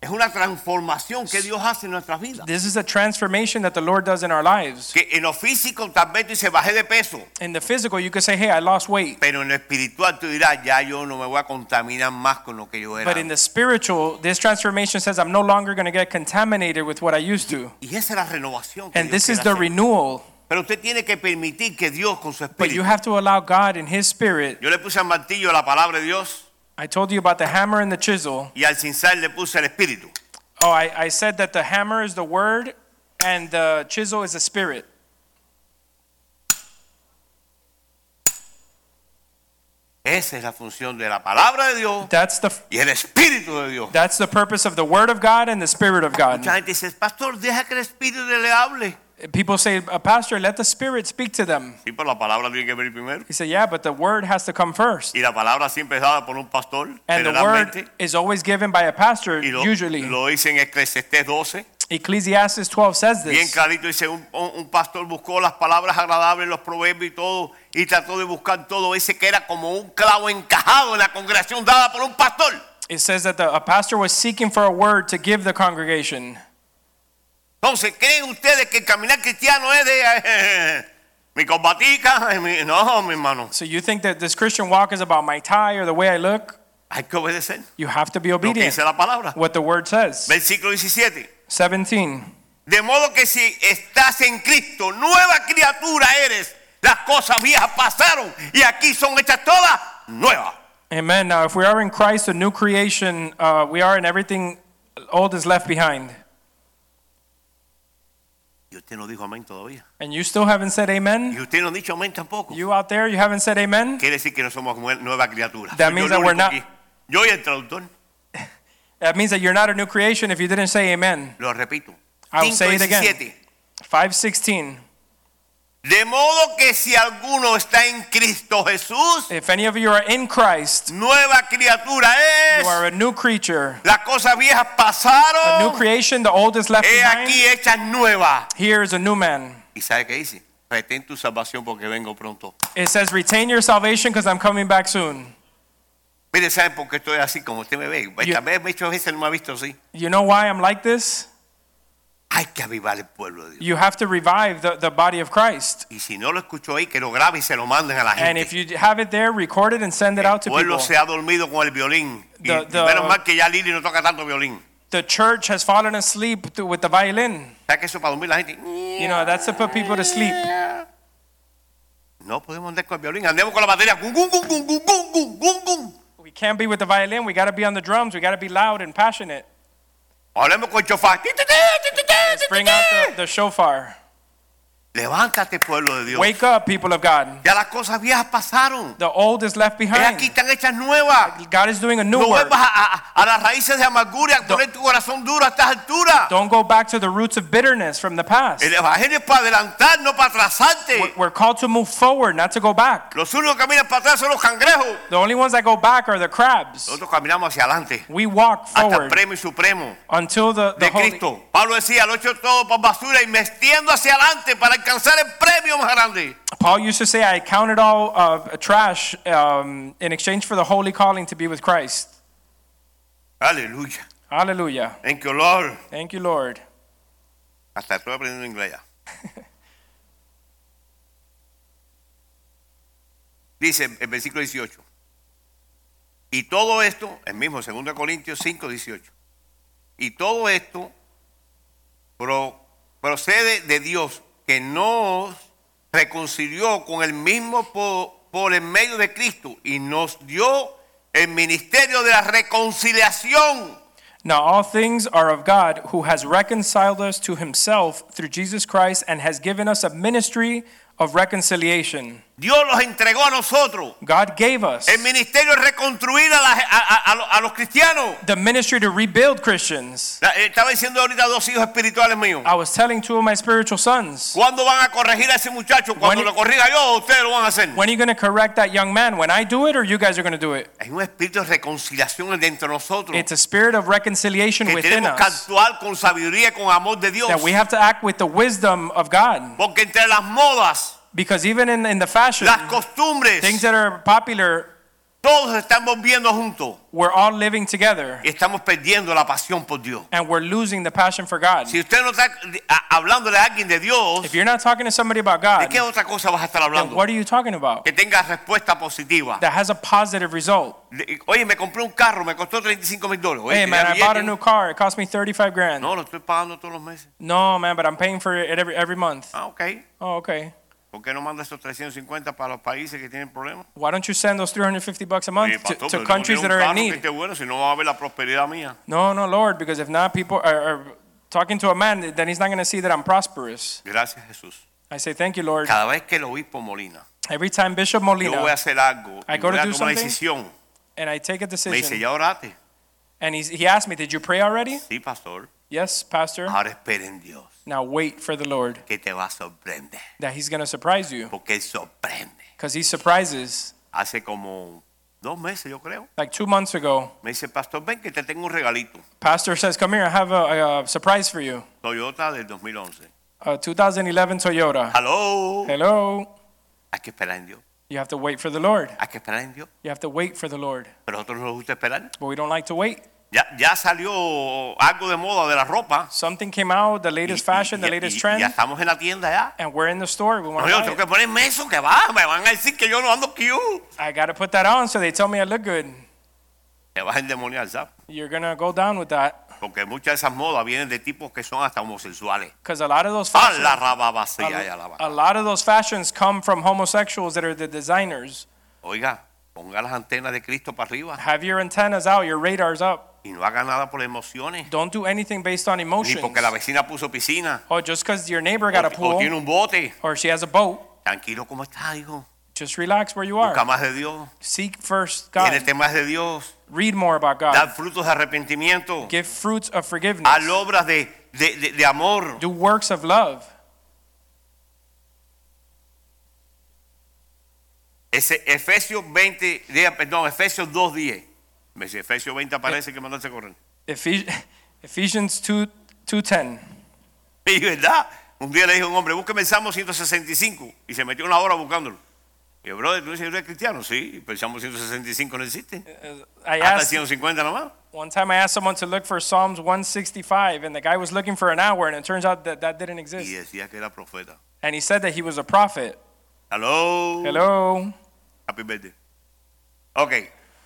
A: es una transformación que Dios hace en nuestras vidas.
B: This is a transformation that the Lord does in our lives.
A: Que en lo físico tal vez tú dices, bajé de peso,
B: In the physical, you could say, hey, I lost weight.
A: pero en lo espiritual tú dirás, ya yo no me voy a contaminar más con lo que yo era.
B: But in the spiritual, this transformation says, I'm no longer going to get contaminated with what I used to.
A: Y esa es la renovación. Que
B: And
A: Dios
B: this is
A: quiere
B: the
A: hacer.
B: renewal.
A: Pero usted tiene que permitir que Dios con su
B: But you
A: espíritu.
B: have to allow God in His Spirit.
A: Yo le puse al martillo la palabra de Dios
B: I told you about the hammer and the chisel.
A: y al cincel le puse el espíritu.
B: Oh, I, I said that the hammer is the word and the chisel is the spirit.
A: Esa es la función de la palabra de Dios
B: That's the
A: y el espíritu de Dios.
B: that's the purpose of the word of God and the spirit of God.
A: Mucha gente dice, pastor, deja que el espíritu le hable.
B: People say, "Uh, Pastor, let the spirit speak to them.
A: Sí, pero la palabra tiene que venir primero.
B: He said, Yeah, but the word has to come first.
A: Y la palabra siempre es dada por un pastor,
B: And the
A: generalmente.
B: word is always given by a pastor,
A: Y lo,
B: usually.
A: lo dice en Eclesiastés 12.
B: Ecclesiastes 12 says
A: Bien
B: this.
A: clarito dice, un, un- un pastor buscó las palabras agradables, los proverbios y todo, y trató de buscar todo ese que era como un clavo encajado en la congregación dada por un pastor.
B: It says that the, a pastor was seeking for a word to give the congregation.
A: Entonces, ¿creen ustedes que el caminar cristiano es de eh, mi combatica? eh, mi- no, mi hermano,
B: So you think that this Christian walk is about my tie or the way I look?
A: hay que obedecer
B: You have to be
A: lo que
B: obedient.
A: dice la palabra.
B: What the word says.
A: Versículo 17.
B: 17.
A: De modo que si estás en Cristo, nueva criatura eres. Las cosas viejas pasaron y aquí son hechas todas nuevas.
B: Amen. Now, if we are in Christ, a new creation, uh, we are in everything old is left behind.
A: Y usted no dijo amén todavía.
B: And you still haven't said amen?
A: Y usted no ha dicho amén tampoco.
B: You out there, you haven't said amen?
A: Quiere decir que no somos nue- nueva criatura.
B: That
A: Soy
B: means
A: yo, el
B: that we're
A: único
B: not-
A: aquí. Yo y el traductor,
B: That means that you're not a new creation if you didn't say amen.
A: lo repito.
B: I'll
A: 5
B: say it again.
A: 17.
B: 516.
A: De modo que si alguno está en Cristo Jesús,
B: If any of you are in Christ,
A: nueva criatura es.
B: you are a new creature.
A: Las cosas viejas
B: A new
A: pasaron.
B: creation, the old is left
A: He
B: behind.
A: aquí hechas nuevas.
B: Here is a new man.
A: ¿Y sabe qué dice? Retén tu salvación porque vengo pronto.
B: It says, retain your salvation because I'm coming back soon.
A: Mire, ¿sabe por qué estoy así como usted me ve? Esta
B: Yo-
A: vez muchas veces no me ha visto así.
B: You know why I'm like this?
A: Hay que avivar el pueblo de Dios.
B: You have to revive the, the body of Christ.
A: Y si no lo escuchó ahí, que lo grabe y se lo manden a la gente.
B: And if you have it there, record it and send it out to
A: El pueblo
B: people.
A: se ha dormido con el violín. Y
B: The- the-
A: menos mal que ya Lili no toca tanto violín.
B: The church has fallen asleep to- with the violin.
A: ¿Sabes que eso para dormir la gente?
B: You know, that's to put people to sleep.
A: No podemos andar con el violín, andemos con la batería. Gun, gun, gun, gun, gun, gun, gun, gun, gun.
B: We can't be with the violin. We got to be on the drums. We got to be loud and passionate.
A: Hablemos con el chofá. Ti, ti, ti, ti, ti, ti, ti, ti,
B: Bring
A: ti.
B: out the, the shofar.
A: Levántate, pueblo de Dios.
B: Wake up, people of God.
A: Ya las cosas viejas pasaron.
B: The old is left
A: Ve aquí
B: behind.
A: están hechas nuevas.
B: God is doing a
A: No
B: new work.
A: vuelvas a, a- a las raíces de amargura, a poner tu corazón duro a estas alturas.
B: Don't go back to the roots of bitterness from the past.
A: El evangelio es para adelantar, no para
B: We're-
A: atrasarte.
B: We're called to move forward, not to go back.
A: Los únicos que caminan para atrás son los cangrejos.
B: The only ones that go back are the crabs.
A: Nosotros caminamos hacia adelante.
B: We walk
A: hasta el
B: forward
A: premio supremo
B: until the, the
A: de
B: Holy,
A: Cristo. Pablo decía, lo he hecho todo por basura y me extiendo hacia adelante para alcanzar el premio más grande.
B: Paul used to say, I counted all uh, trash um, in exchange for the holy calling to be with Christ.
A: Aleluya.
B: Hallelujah.
A: Thank you, Lord.
B: Thank you, Lord.
A: Hasta estoy aprendiendo inglés ya. Dice el versículo 18. Y todo esto, el mismo 2 Corintios 5, 18. Y todo esto pro- procede de Dios, que nos reconcilió con el mismo po- por, el medio de Cristo y nos dio el ministerio de la reconciliación.
B: Now all things are of God, who has reconciled us to himself through Jesus Christ and has given us a ministry of reconciliation.
A: Dios los entregó a nosotros.
B: God gave us
A: El ministerio es reconstruir a, la- a- a- a los- a los cristianos.
B: the ministry to rebuild Christians.
A: La- eh, Estaba diciendo ahorita a dos hijos espirituales míos.
B: I was telling two of my spiritual sons,
A: ¿Cuándo van a corregir a ese muchacho? Cuando
B: When-
A: lo corrija yo, ustedes lo van a hacer.
B: when are you going to correct that young man? When I do it or you guys are going to do it?
A: Hay un espíritu de reconciliación dentro de nosotros.
B: It's a spirit of reconciliation
A: que
B: within
A: tenemos que
B: us
A: actuar con sabiduría, y con amor de Dios.
B: that we have to act with the wisdom of God.
A: Porque entre las modas,
B: Because even in, in the fashion,
A: las costumbres,
B: things that are popular,
A: todos estamos viendo juntos
B: we're all living together
A: y estamos perdiendo la pasión por Dios.
B: and we're losing the passion for God.
A: Si usted no está a- hablándole a alguien de Dios,
B: If you're not talking to somebody about
A: ¿de
B: God,
A: qué otra cosa vas a estar
B: then
A: hablando?
B: what are you talking about?
A: Que tenga respuesta positiva.
B: That has a positive result.
A: De- Oye, me compré un carro, me costó 35 mil dólares. Oye,
B: Hey
A: que
B: man,
A: ya
B: I bought a
A: viene.
B: new car. It cost me 35 grand.
A: No, lo estoy pagando todos los meses.
B: No, man, but I'm paying for it every every month.
A: Ah, ok.
B: Oh, okay.
A: ¿Por qué no manda esos 350 para los países que tienen problemas?
B: Why don't you send those 350 bucks a
A: Oye,
B: month to,
A: pastor,
B: to
A: pero
B: countries
A: ponle
B: that
A: un
B: are in
A: carro que
B: need?
A: esté bueno, si no va a haber la prosperidad mía.
B: No, no, Lord, because if not, people are, are talking to a man, then he's not going to see that I'm prosperous.
A: Gracias, Jesús.
B: I say, thank you, Lord.
A: Cada vez que el obispo Molina,
B: Every time Bishop
A: yo voy a
B: Molina
A: hacer algo,
B: I
A: y
B: go
A: voy
B: to
A: a tomar
B: do
A: una
B: something.
A: decisión,
B: and I take a
A: me dice,
B: decision,
A: ya orate.
B: and he's, he asked me, Did you pray already?
A: Sí, pastor.
B: Yes, Pastor.
A: Ahora esperen Dios,
B: Now wait for the Lord
A: que te va a sorprender.
B: that he's going to surprise you
A: Porque Él sorprende.
B: because he surprises.
A: Hace como dos meses, yo creo,
B: Like two months ago,
A: me dice, pastor, ven que te tengo un regalito.
B: Pastor says, Come here, I have a, a surprise for you.
A: Toyota del 2011.
B: A 2011 Toyota.
A: Hello.
B: Eh. Hello.
A: Hay que esperar en Dios.
B: You have to wait for the Lord.
A: Hay que esperar en Dios.
B: You have to wait for the Lord.
A: Pero a nosotros no nos gusta esperar.
B: But we don't like to wait.
A: Ya, ya salió algo de moda de la ropa.
B: Something came out, the latest fashion, the
A: y-
B: latest
A: y-
B: trend,
A: ya estamos en la tienda ya.
B: and we're in the store. We
A: No,
B: want to
A: yo
B: buy
A: tengo
B: it.
A: que ponerme eso, que va, me van a decir que yo no ando cute.
B: I got to put that on so they tell me I look good.
A: Te vas a endemoniar, ¿sabes?
B: You're going to go down with that
A: Porque muchas de esas modas vienen de tipos que son hasta homosexuales.
B: because a lot of those
A: A
B: fashions,
A: la raba vacía y a la
B: a,
A: vaca.
B: a lot of those fashions come from homosexuals that are the designers.
A: Oiga, ponga las antenas de Cristo para arriba
B: Have your antennas out, your radars up.
A: y no haga nada por emociones.
B: Don't do anything based on
A: Ni
B: emotions.
A: porque la Oh, vecina puso piscina
B: Oh, just because your neighbor got a
A: o, o
B: pool
A: tiene un bote.
B: or she has a boat,
A: Tranquilo, ¿cómo estás, hijo?
B: just relax where you
A: Busca
B: are.
A: más de Dios.
B: Seek first God.
A: Llénete más de Dios.
B: Read more about
A: Dar
B: God.
A: frutos de arrepentimiento.
B: Give fruits of forgiveness.
A: Haz obras de, de- de- de amor.
B: Do works of love.
A: Ese Efesios 20, diga, perdón, Efesios 2.10. Me dice, Efesios 20 aparece que mandaste a correr.
B: Ephes- Ephesians 2 2:10.
A: Y verdad, un día le dije a un hombre, búsqueme el Salmo 165. Y se metió una hora buscándolo. Y yo, brother, ¿tú dices que tú eres cristiano? Sí, pero el Salmo 165 no existe.
B: Uh,
A: Hasta
B: I
A: el
B: asked
A: 150 nomás.
B: one time I asked someone to look for Psalms 165 and the guy was looking for an hour and it turns out that that didn't
A: Y
B: exist.
A: decía que era profeta.
B: And he said that he was a prophet.
A: Hello.
B: Hello.
A: Happy birthday. Ok,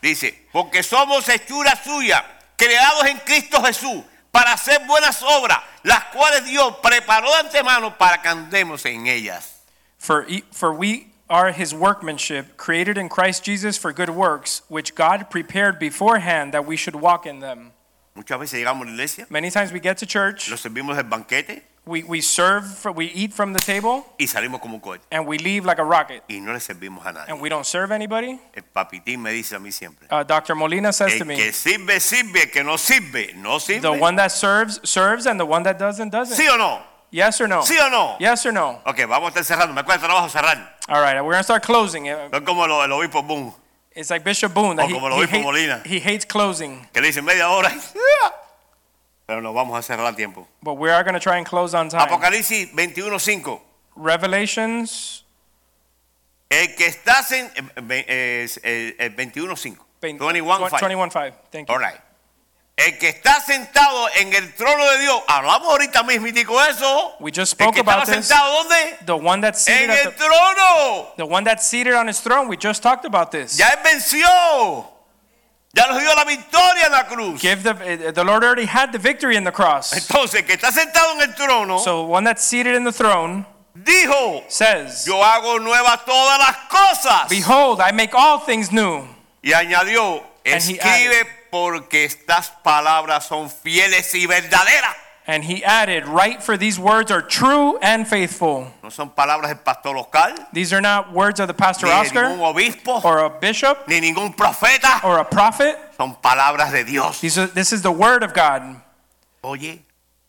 A: dice, porque somos hechura suya, creados en Cristo Jesús, para hacer buenas obras, las cuales Dios preparó de antemano para que andemos en ellas.
B: For e- for we are his workmanship created in Christ Jesus for good works which God prepared beforehand that we should walk in them.
A: Muchas veces llegamos a la iglesia,
B: Many times we get to church,
A: nos servimos del banquete
B: we, we serve, for, we eat from the table,
A: y salimos como un cohete.
B: and we leave like a rocket.
A: Y no le servimos a nadie.
B: And we don't serve anybody.
A: El papitín me dice a mí siempre.
B: Uh, Dr. Molina says to
A: El
B: me,
A: que sirve, sirve, el que no sirve, no sirve.
B: the one that serves, serves, and the one that doesn't, doesn't.
A: ¿Sí o no?
B: Yes or no?
A: ¿Sí o no?
B: Yes or no?
A: Ok, vamos a estar cerrando. Me cuesta trabajo cerrar.
B: All right, we're going to start closing. Uh,
A: No es como lo- el obispo Boom,
B: It's like Bishop Boone. That
A: O Oh,
B: he,
A: como lo
B: he
A: dijo Molina.
B: he hates closing,
A: que le dicen media hora. Pero nos vamos a cerrar a tiempo.
B: but we are going to try and close on time.
A: Apocalipsis 21.5.
B: Revelations
A: El que estás en... eh, eh, es el el 21.5.
B: 20
A: 21.5.
B: 21, five. Thank you.
A: All right. El que está sentado en el trono de Dios, hablamos ahorita mismo y digo eso.
B: We just
A: el
B: spoke
A: que estaba
B: about this.
A: sentado dónde?
B: The one that's seated
A: En
B: at
A: el
B: the,
A: trono.
B: the one that's seated on his throne. We just talked about this.
A: Ya él venció. Ya nos dio la victoria en la cruz.
B: Give the the Lord already had the victory in the cross.
A: Entonces, el que está sentado en el trono
B: So one that's seated in the throne
A: dijo,
B: says,
A: yo hago nuevas todas las cosas.
B: "Behold, I make all things new."
A: Y añadió,
B: he
A: escribe porque estas palabras son fieles y verdaderas.
B: And he added, "Write for these words are true and faithful."
A: No son palabras del pastor local,
B: These are not words of the pastor
A: ni de ningún
B: Oscar
A: obispo,
B: or a bishop
A: ni ningún profeta.
B: or a prophet.
A: Son palabras de Dios.
B: These are, this is the word of God.
A: Oye,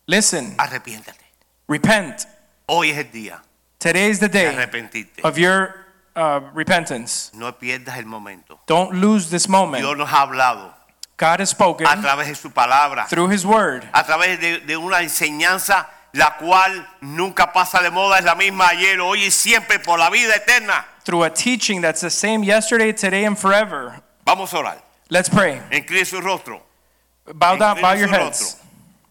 B: Listen,
A: arrepiéntate.
B: repent.
A: Hoy es el día
B: Today's the
A: de
B: day
A: arrepentirte.
B: of your uh, repentance.
A: No pierdas el momento.
B: Don't lose this
A: Dios
B: moment.
A: nos ha hablado
B: God has spoken
A: a través de su palabra,
B: through his word,
A: a través de, de una enseñanza la cual nunca pasa de moda, es la misma ayer, hoy y siempre por la vida eterna.
B: through a teaching that's the same yesterday, today, and forever.
A: Vamos a orar.
B: Let's pray.
A: Incline su rostro.
B: Bow down, bow
A: incline
B: your
A: su
B: heads.
A: rostro.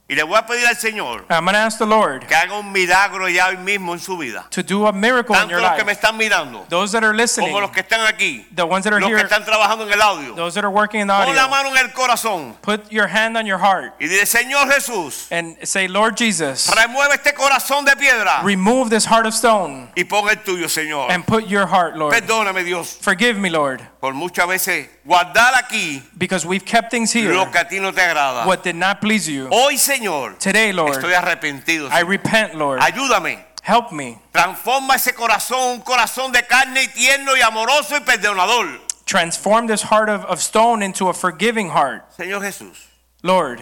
A: Y le voy a pedir al Señor
B: I'm going to ask the Lord
A: que haga un milagro ya hoy mismo en su vida.
B: to do a miracle in
A: Tanto
B: your
A: los que me
B: life.
A: están mirando
B: Those that are
A: como
B: listening,
A: los que están aquí,
B: the ones that are
A: los que
B: here,
A: están trabajando en el audio.
B: those that are working in the
A: Pon la
B: audio,
A: mano en el corazón
B: put your hand on your heart
A: y dile, Señor Jesús,
B: and say, Lord Jesus,
A: remueve este corazón de piedra
B: remove this heart of stone
A: y pon el tuyo, Señor.
B: and put your heart, Lord.
A: Perdóname, Dios,
B: Forgive me, Lord,
A: por muchas veces guardar aquí
B: because we've kept things here
A: lo que a ti no te agrada.
B: what did not please you.
A: Hoy, Señor,
B: Today, Lord,
A: Oh. estoy arrepentido.
B: I
A: Señor.
B: repent, Lord.
A: Ayúdame.
B: Help me.
A: Transforma ese corazón, un corazón de carne y tierno y amoroso y perdonador.
B: Transform this heart of, of stone into a forgiving heart,
A: Señor Jesús,
B: Lord,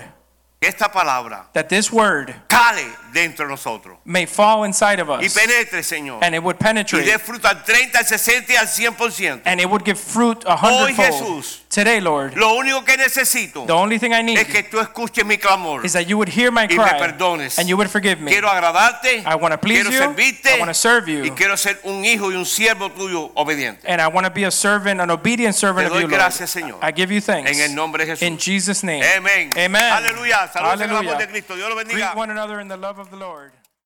A: que esta palabra
B: that this word
A: cale dentro de nosotros
B: may fall inside of
A: y
B: us
A: penetre, Señor,
B: and it would
A: y dé
B: penetrate
A: fruto al 30, al 60 y al 100%.
B: and it would give fruit a
A: Hoy,
B: hundredfold.
A: Jesús,
B: Today, Lord,
A: lo único que necesito
B: the only thing I need
A: es que tú escuches mi clamor.
B: is that you would hear my
A: me
B: cry
A: perdones.
B: and you would forgive me.
A: Quiero agradarte,
B: I wanna please
A: quiero
B: you,
A: servirte
B: I wanna serve you.
A: y quiero ser un hijo y un siervo tuyo obediente.
B: And I want to be a servant, an obedient
A: Te
B: servant of
A: doy
B: you, Lord.
A: gracias, Señor.
B: I give you thanks.
A: En el nombre de Jesús.
B: In Jesus' name.
A: Amén.
B: Amen.
A: Aleluya. Saludos en el amor
B: Hallelujah.
A: de Cristo. Dios lo bendiga.
B: Greet one another in the love of the Lord.